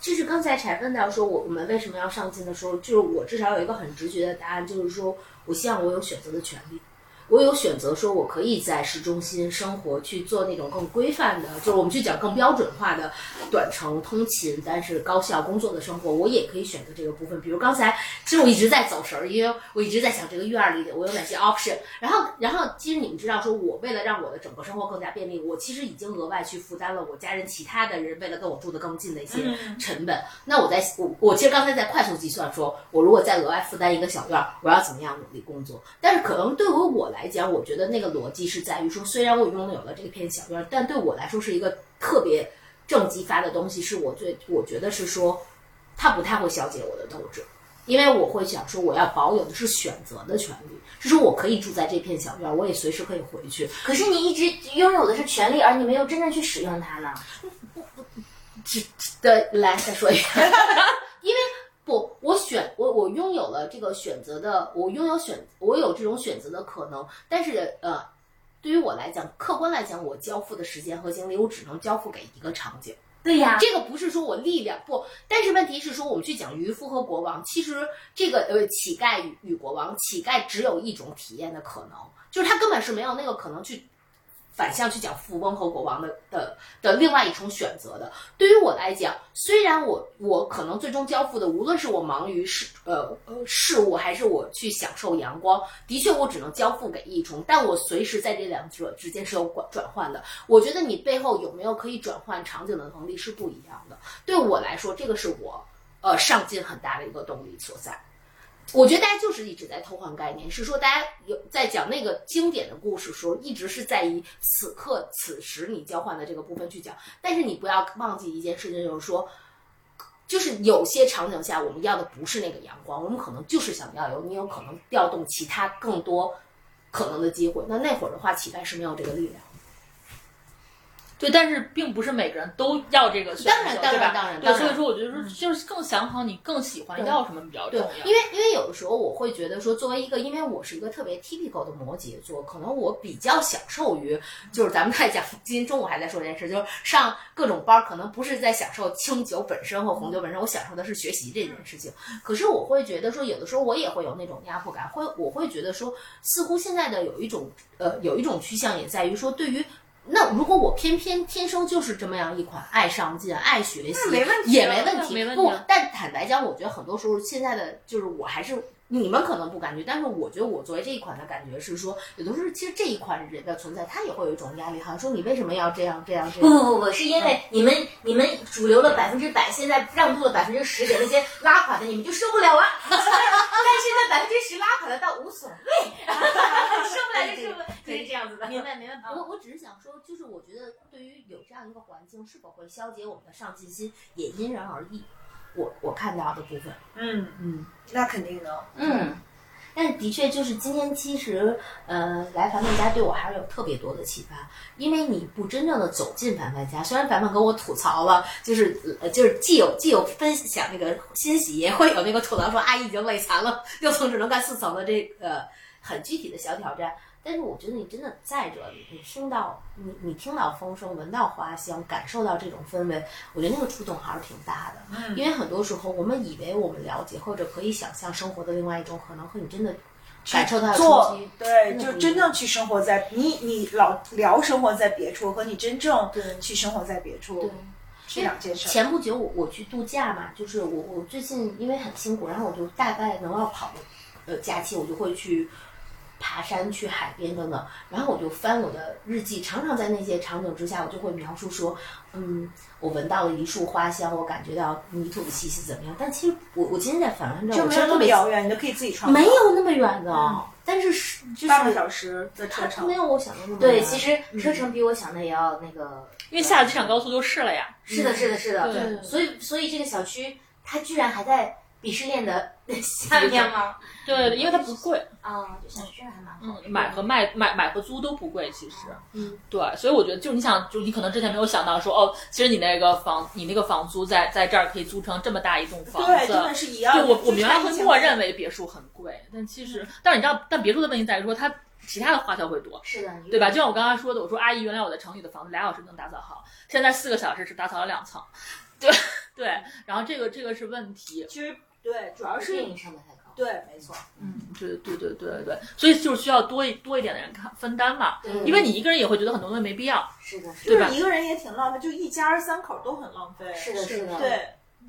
Speaker 3: 就是刚才柴问到说我我们为什么要上进的时候，就是我至少有一个很直觉的答案，就是说我希望我有选择的权利，我有选择说我可以在市中心生活，去做那种更规范的，就是我们去讲更标准化的短程通勤，但是高效工作的生活，我也可以选择这个部分。比如刚才其实我一直在走神儿，因为我一直在想这个院儿里的我有哪些 option。然后，然后其实你们知道，说我为了让我的整个生活更加便利，我其实已经额外去负担了我家人其他的人为了跟我住得更近的一些
Speaker 2: 嗯
Speaker 3: 成本。那我在我我其实刚才在快速计算说，我如果再额外负担一个小院儿，我要怎么样努力工作？但是可能对于我来讲，我觉得那个逻辑是在于说，虽然我拥有了这片小院儿，但对我来说是一个特别正激发的东西，是我最我觉得是说，它不太会消解我的斗志。因为我会想说，我要保有的是选择的权利，就是我可以住在这片小院儿，我也随时可以回去。
Speaker 1: 可是你一直拥有的是权利，而你没有真正去使用它呢。
Speaker 3: 对，来再说一遍， 因为不，我选我我拥有了这个选择的，我拥有选，我有这种选择的可能，但是呃，对于我来讲，客观来讲，我交付的时间和精力，我只能交付给一个场景。
Speaker 1: 对
Speaker 4: 啊
Speaker 1: 呀，
Speaker 3: 这个不是说我力量不，但是问题是说，我们去讲渔夫和国王，其实这个呃乞丐与与国王，乞丐只有一种体验的可能，就是他根本是没有那个可能去反向去讲富翁和国王的的的另外一重选择的。对于我来讲，虽然我我可能最终交付的，无论是我忙于事呃呃事物，还是我去享受阳光，的确我只能交付给一重，但我随时在这两者之间是有转转换的。我觉得你背后有没有可以转换场景的能力是不一样的。对我来说，这个是我呃上进很大的一个动力所在。我觉得大家就是一直在偷换概念，是说大家有在讲那个经典的故事时候，一直是在以此刻此时你交换的这个部分去讲，但是你不要忘记一件事情，就是说。就是有些场景下，我们要的不是那个阳光，我们可能就是想要有你有可能调动其他更多可能的机会。那那会儿的话，乞丐是没有这个力量的。
Speaker 4: 对，但是并不是每个人都要这个选
Speaker 3: 当
Speaker 4: 择，
Speaker 3: 然当然
Speaker 4: 对吧？
Speaker 3: 当然
Speaker 4: 对，
Speaker 3: 当
Speaker 4: 所以
Speaker 3: 然嗯
Speaker 4: 说我觉得说就是更想好你更喜欢
Speaker 3: 对
Speaker 4: 要什么比较重
Speaker 3: 对
Speaker 4: 要。，
Speaker 3: 因为因为有的时候我会觉得说，作为一个，因为我是一个特别 typical 的摩羯座，可能我比较享受于，就是咱们在讲，今天中午还在说这件事，就是上各种班儿，可能不是在享受清酒本身或红酒本身，我享受的是学习这件事情。可是我会觉得说，有的时候我也会有那种压迫感，会我会觉得说，似乎现在的有一种呃有一种趋向也在于说，对于。那如果我偏偏天生就是这么样一款爱上进、爱学习，
Speaker 2: 那没问题
Speaker 3: 也
Speaker 2: 啊
Speaker 3: 没问题。
Speaker 4: 没问题
Speaker 3: 不
Speaker 4: 啊，
Speaker 3: 但坦白讲，我觉得很多时候现在的就是我还是你们可能不感觉，但是我觉得我作为这一款的感觉是说，有的时候其实这一款人的存在，他也会有一种压力，好像说你为什么要这样这样这
Speaker 1: 不
Speaker 3: 样。
Speaker 1: 不不不，是因为你们你们主流了百分之百，现在让渡了百分之十给那些拉垮的，你们就受不了了。啊 但是那百分之十拉垮的倒无所谓，受不了就受不了，就是这样子的。
Speaker 3: 明白明白，
Speaker 1: 嗯
Speaker 3: 我我只是想说，就是我觉得对于有这样一个环境，是否会消解我们的上进心，也因人而异。我我看到的部分，
Speaker 2: 嗯，
Speaker 3: 嗯，
Speaker 2: 那肯定的。
Speaker 1: 嗯，
Speaker 3: 但的确就是今天，其实呃，来凡凡家对我还是有特别多的启发，因为你不真正的走进凡凡家。虽然凡凡跟我吐槽了，就是呃，就是既有既有分享那个欣喜，也会有那个吐槽说阿啊姨已经累残了， 六层只能干四层的这个很具体的小挑战。但是我觉得你真的在这里，你听到你你听到风声，闻到花香，感受到这种氛围，我觉得那个触动还是挺大的。
Speaker 2: 嗯
Speaker 3: 因为很多时候我们以为我们了解或者可以想象生活的另外一种可能，和你真的感受到的
Speaker 2: 做
Speaker 3: 冲击，
Speaker 2: 对，
Speaker 3: 嗯真的
Speaker 2: 就
Speaker 3: 不一
Speaker 2: 真
Speaker 3: 样
Speaker 2: 正去生活在你你老聊生活在别处和你真正
Speaker 3: 对
Speaker 2: 去生活在别
Speaker 3: 对
Speaker 2: 处，是两件事儿。
Speaker 3: 前不久我我去度假嘛，就是我我最近因为很辛苦，然后我就大概能要跑的呃假期，我就会去爬山、去海边等等。然后我就翻我的日记，常常在那些场景之下，我就会描述说，嗯，我闻到了一束花香，我感觉到泥土的气息怎么样？但其实我我今天在反观这，
Speaker 2: 就
Speaker 3: 我
Speaker 2: 没有
Speaker 3: 真
Speaker 2: 那
Speaker 3: 的
Speaker 2: 么
Speaker 3: 没
Speaker 2: 遥远，你就可以自己创造。
Speaker 3: 没有那么远的，
Speaker 2: 嗯
Speaker 3: 但是是就是
Speaker 2: 半个小时的车
Speaker 3: 它它
Speaker 2: 程
Speaker 3: 没，有我想的那 么
Speaker 1: 对，
Speaker 3: 难
Speaker 1: 其实车程比我想的也要那个。
Speaker 4: 因为下了这场高速就是了呀。
Speaker 1: 嗯是的，是的，是的。
Speaker 4: 对
Speaker 1: 所以，所以这个小区它居然还在鄙视链 的下面吗？
Speaker 4: 对，因为它不贵，
Speaker 1: 啊，这小区还蛮好
Speaker 4: 嗯
Speaker 1: 的，。
Speaker 4: 买和卖买买和租都不贵，其实。
Speaker 3: 嗯，
Speaker 4: 对，所以我觉得就是你想，就是你可能之前没有想到说，哦，其实你那个房，你那个房租在在这儿可以租成这么大一栋房
Speaker 2: 对，
Speaker 4: 子，
Speaker 2: 真的是一样
Speaker 4: 对
Speaker 2: 的。嗯
Speaker 4: 我，我
Speaker 2: 们
Speaker 4: 原来会默认为别墅很贵，但其实，但是你知道，但别墅的问题在于说，它其他的花销会多，
Speaker 1: 是的，
Speaker 4: 对吧？就像我刚刚说的，我说阿姨，原来我在城里的房子俩小时能打扫好，现在四个小时只打扫了两层，对对。然后这个这个是问题，
Speaker 2: 其实对，主要
Speaker 1: 而是
Speaker 2: 是
Speaker 1: 你上的太高。
Speaker 2: 对，没错，
Speaker 4: 嗯，对对对对对，所以就是需要多一多一点的人看分担嘛，
Speaker 1: 对，
Speaker 4: 因为你一个人也会觉得很多东西没必要，
Speaker 1: 嗯是的，是
Speaker 4: 对
Speaker 1: 的，
Speaker 2: 就
Speaker 4: 吧
Speaker 2: 是一个人也挺浪费，就一家三口都很浪费。
Speaker 1: 是的，是的。，
Speaker 2: 对，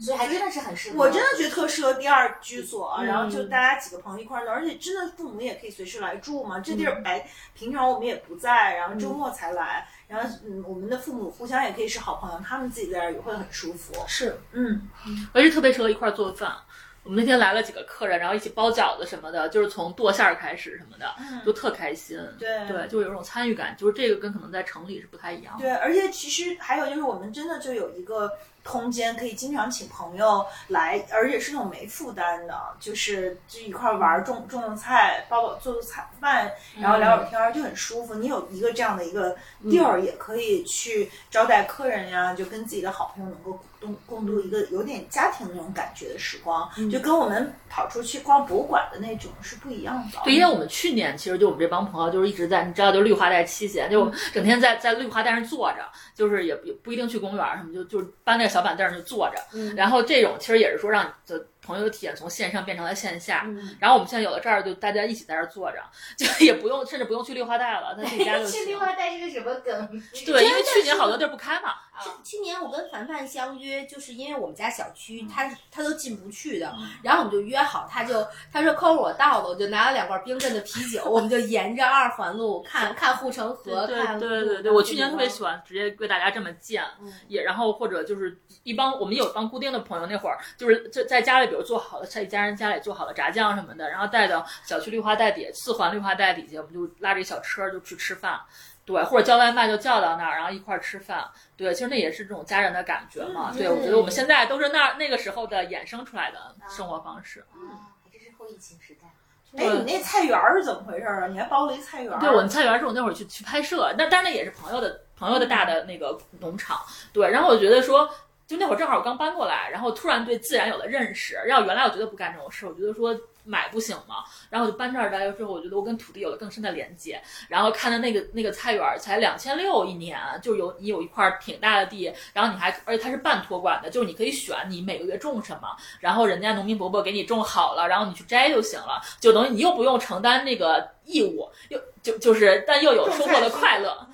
Speaker 1: 所以还真的是很适合。
Speaker 2: 我真的觉得特适合第二居所，
Speaker 4: 嗯
Speaker 2: 然后就大家几个朋友一块儿弄，而且真的父母也可以随时来住嘛。这地
Speaker 4: 嗯
Speaker 2: 儿白，平常我们也不在，然后周末才来，然后嗯，我们的父母互相也可以是好朋友，他们自己在这儿也会很舒服。
Speaker 3: 是
Speaker 2: 嗯，
Speaker 4: 而且特别适合一块儿做饭。我们那天来了几个客人，然后一起包饺子什么的，就是从剁馅儿开始什么的，就特开心。
Speaker 2: 对
Speaker 4: 对，就有一种参与感，就是这个跟可能在城里是不太一样的。
Speaker 2: 对，而且其实还有就是我们真的就有一个空间，可以经常请朋友来，而且是那种没负担的，就是就一块儿玩儿种种种菜，包括做做菜饭，然后聊会
Speaker 4: 嗯
Speaker 2: 儿天儿就很舒服。你有一个这样的一个地儿，也可以去招待客人呀，就跟自己的好朋友能够共共度一个有点家庭那种感觉的时光，
Speaker 4: 嗯
Speaker 2: 就跟我们跑出去逛博物馆的那种是不一样的。
Speaker 4: 对，因为我们去年其实就我们这帮朋友就是一直在，你知道，就绿化带期间，就我们整天在在绿化带上坐着，就是也也不一定去公园儿什么，就就是搬那个小板凳儿就坐着。然后这种其实也是说让你的朋友体验从线上变成了线下。
Speaker 2: 嗯
Speaker 4: 然后我们现在有了这儿，就大家一起在这儿坐着，就也不用甚至不用去绿化带了，在自己家就
Speaker 1: 去
Speaker 4: 行
Speaker 1: 绿。化带是个什么梗？
Speaker 4: 对，因为去年好多地儿不开嘛。
Speaker 3: 去去年我跟凡凡相约，就是因为我们家小
Speaker 4: 嗯
Speaker 3: 区他他都进不去的，然后我们就约好，他就他说空我到了，我就拿了两罐冰镇的啤酒，我们就沿着二环路 看看护城河，看
Speaker 4: 对对
Speaker 3: 路
Speaker 4: 对对，
Speaker 3: 看
Speaker 4: 我
Speaker 3: 路
Speaker 4: 去年特别喜欢直接为大家这么建，
Speaker 3: 嗯
Speaker 4: 也然后或者就是一帮我们有一帮固定的朋友，那会儿就是就在家里，比如做好了在一家人家里做好了炸酱什么的，然后带到小区绿化带底四环绿化带底下，我们就拉着一小车就去吃饭。对，或者叫外卖就叫到那儿，然后一块儿吃饭。对，其实那也是这种家人的感觉
Speaker 3: 嗯
Speaker 4: 嘛。对，我觉得我们现在都是那那个时候的衍生出来的生活方式。
Speaker 1: 啊，还真是后疫情时代。
Speaker 2: 哎，你那菜园儿是怎么回事儿啊？你还包了一菜园儿？
Speaker 4: 对，我们菜园是我那会儿去去拍摄，那当然那也是朋友的朋友的大的那个农场。对，然后我觉得说，就那会儿正好我刚搬过来，然后突然对自然有了认识。然后原来我觉得不干这种事，我觉得说买不行嘛。然后我就搬这儿来了之后，我觉得我跟土地有了更深的连接。然后看到那个那个菜园儿才两千六一年，就有你有一块挺大的地，然后你还而且它是半托管的，就是你可以选你每个月种什么，然后人家农民伯伯给你种好了，然后你去摘就行了，就等于你又不用承担那个义务，又就就是但又有收获的快乐。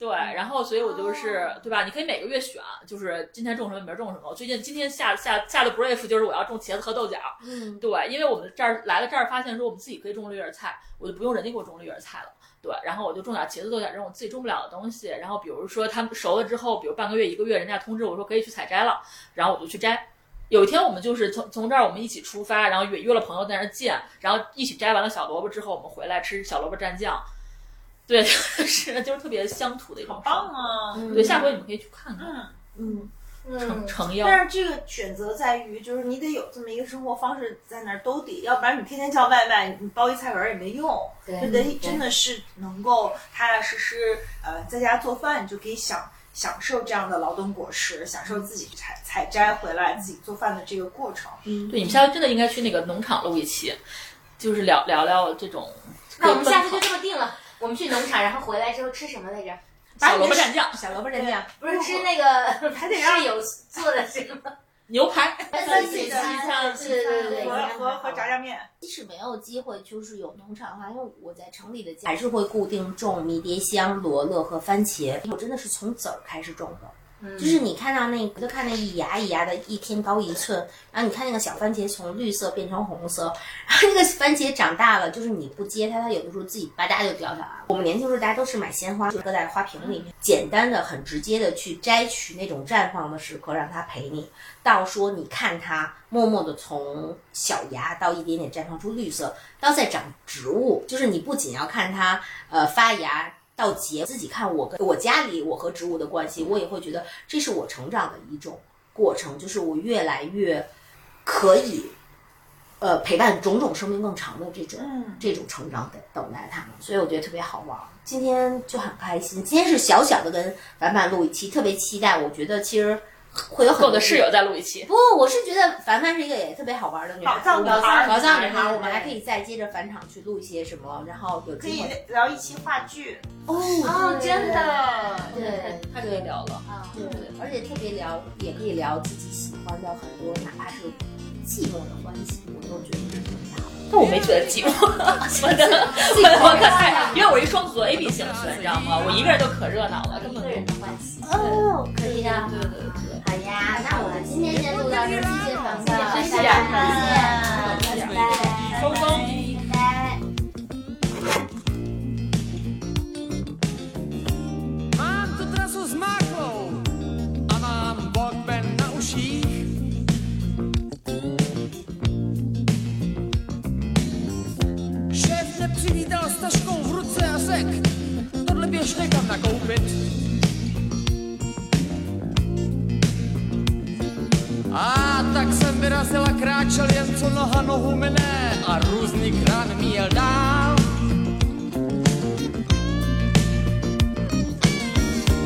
Speaker 4: 对，然后所以我就是对吧？你可以每个月选，就是今天种什么，明儿种什么。我最近今天下下下的 brief 就是我要种茄子和豆角。
Speaker 3: 嗯，
Speaker 4: 对，因为我们这儿来了这儿，发现说我们自己可以种绿叶菜，我就不用人家给我种绿叶菜了。对，然后我就种点茄子、豆角这种自己种不了的东西。然后比如说他们熟了之后，比如半个月、一个月，人家通知我说可以去采摘了，然后我就去摘。有一天我们就是从从这儿我们一起出发，然后约约了朋友在那儿见，然后一起摘完了小萝卜之后，我们回来吃小萝卜蘸酱。对， 是就是特别乡土的一种
Speaker 2: 好
Speaker 4: 生
Speaker 2: 棒
Speaker 4: 活
Speaker 2: 啊！
Speaker 4: 对，下回你们可以去看看
Speaker 2: 嗯。
Speaker 3: 嗯，
Speaker 4: 诚
Speaker 1: 嗯，
Speaker 4: 诚邀。
Speaker 2: 但是这个选择在于，就是你得有这么一个生活方式在那儿兜底，要不然你天天叫外卖，你包一菜园儿也没用。
Speaker 1: 对
Speaker 2: 就得真的是能够踏踏实实，呃，在家做饭，你就可以享享受这样的劳动果实，享受自己采采摘回来自己做饭的这个过程。
Speaker 1: 嗯
Speaker 4: 对，你们下回真的应该去那个农场录一期，就是聊聊聊这种
Speaker 1: 那我们下次就这么定了。我们去农场，然后回来之后吃什么来着？
Speaker 4: 小萝卜蘸酱、
Speaker 3: 小萝卜蘸酱，
Speaker 1: 不是吃那个，
Speaker 2: 还得让
Speaker 1: 室友做的什么？
Speaker 4: 牛排、
Speaker 1: 三
Speaker 2: 喜
Speaker 1: 喜
Speaker 2: 西餐
Speaker 1: 对对对对，
Speaker 2: 和和和炸酱面，
Speaker 3: 即使没有机会就是有农场的话，因为我在城里的家还是会固定种迷迭香、罗勒和番茄。我真的是从籽儿开始种的，
Speaker 1: 嗯
Speaker 3: 就是你看到那，你就看那一芽一芽的，一天高一寸，然后你看那个小番茄从绿色变成红色，然后那个番茄长大了，就是你不接它，它有的时候自己吧嗒就掉下来了。我们年轻时候大家都是买鲜花，就搁在花瓶里，简单的、很直接的去摘取那种绽放的时刻，让它陪你，到说你看它默默的从小芽到一点点绽放出绿色，到再长植物，就是你不仅要看它呃发芽。到结，自己看我跟我家里我和植物的关系，我也会觉得这是我成长的一种过程，就是我越来越可以呃陪伴种种生命更长的这种、
Speaker 2: 嗯
Speaker 3: 这种成长等等待他们，所以我觉得特别好玩。今天就很开心，今天是小小的跟凡凡录一期，特别期待。我觉得其实会有很
Speaker 4: 和我
Speaker 3: 多
Speaker 4: 的室友再录一期。
Speaker 3: 不，我是觉得凡凡是一个也特别好玩的女孩
Speaker 2: 宝藏女孩
Speaker 3: 宝藏女孩，
Speaker 1: 对
Speaker 3: 我们还可以再接着返场去录一些什么，然后有
Speaker 2: 可以
Speaker 3: 机会
Speaker 2: 聊一期话剧。
Speaker 3: 哦
Speaker 1: 哦，真的，
Speaker 3: 对
Speaker 4: 太可以聊了。
Speaker 1: 啊，
Speaker 3: 对对，而且特别聊，也可以聊自己喜欢的很多，哪怕是寂寞的欢喜，我都觉得是挺大的。
Speaker 4: 但我没觉得寂寞，我的我可太，因为我是双子座 A B 型血，你知道吗？我一个人就可热闹了，根
Speaker 1: 一嗯
Speaker 4: 本
Speaker 1: 个人
Speaker 4: 就
Speaker 1: 的欢喜。
Speaker 3: 哦，可以啊。
Speaker 4: 对对对。
Speaker 3: 好呀，那我们今天先录到这儿，谢谢啊粉
Speaker 1: 谢
Speaker 3: 丝，
Speaker 1: 谢
Speaker 3: 拜拜，拜
Speaker 4: 峰峰。
Speaker 3: 拜，拜拜。
Speaker 5: Mám tu trasu s Markou a mám Walkman na uších. Šéf mě přivítal s taškou v ruce a řek, tohle běž někam nakoupit. tak jsem vyrazil a kráčel jen co noha nohu mne a různý krán mi jel dál.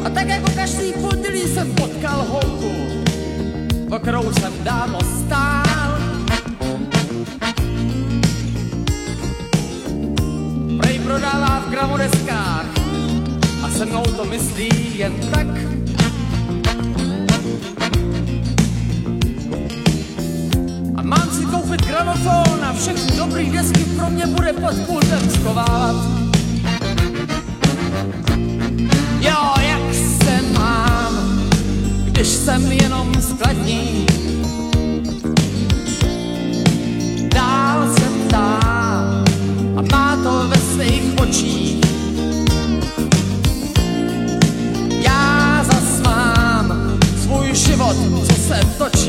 Speaker 5: A tak jako každý pondělí jsem potkal holku, o kterou jsem dávno stál. Prej prodává v gramodeskách a se mnou to myslí jen tak. A mám si koupit gramofon a všechny dobrý desky pro mě bude pod pultem schovávat. Jo, jak se mám, když jsem jenom skladní. Dál se ptám a má to ve svých očích. Já zas mám svůj život, co se točí.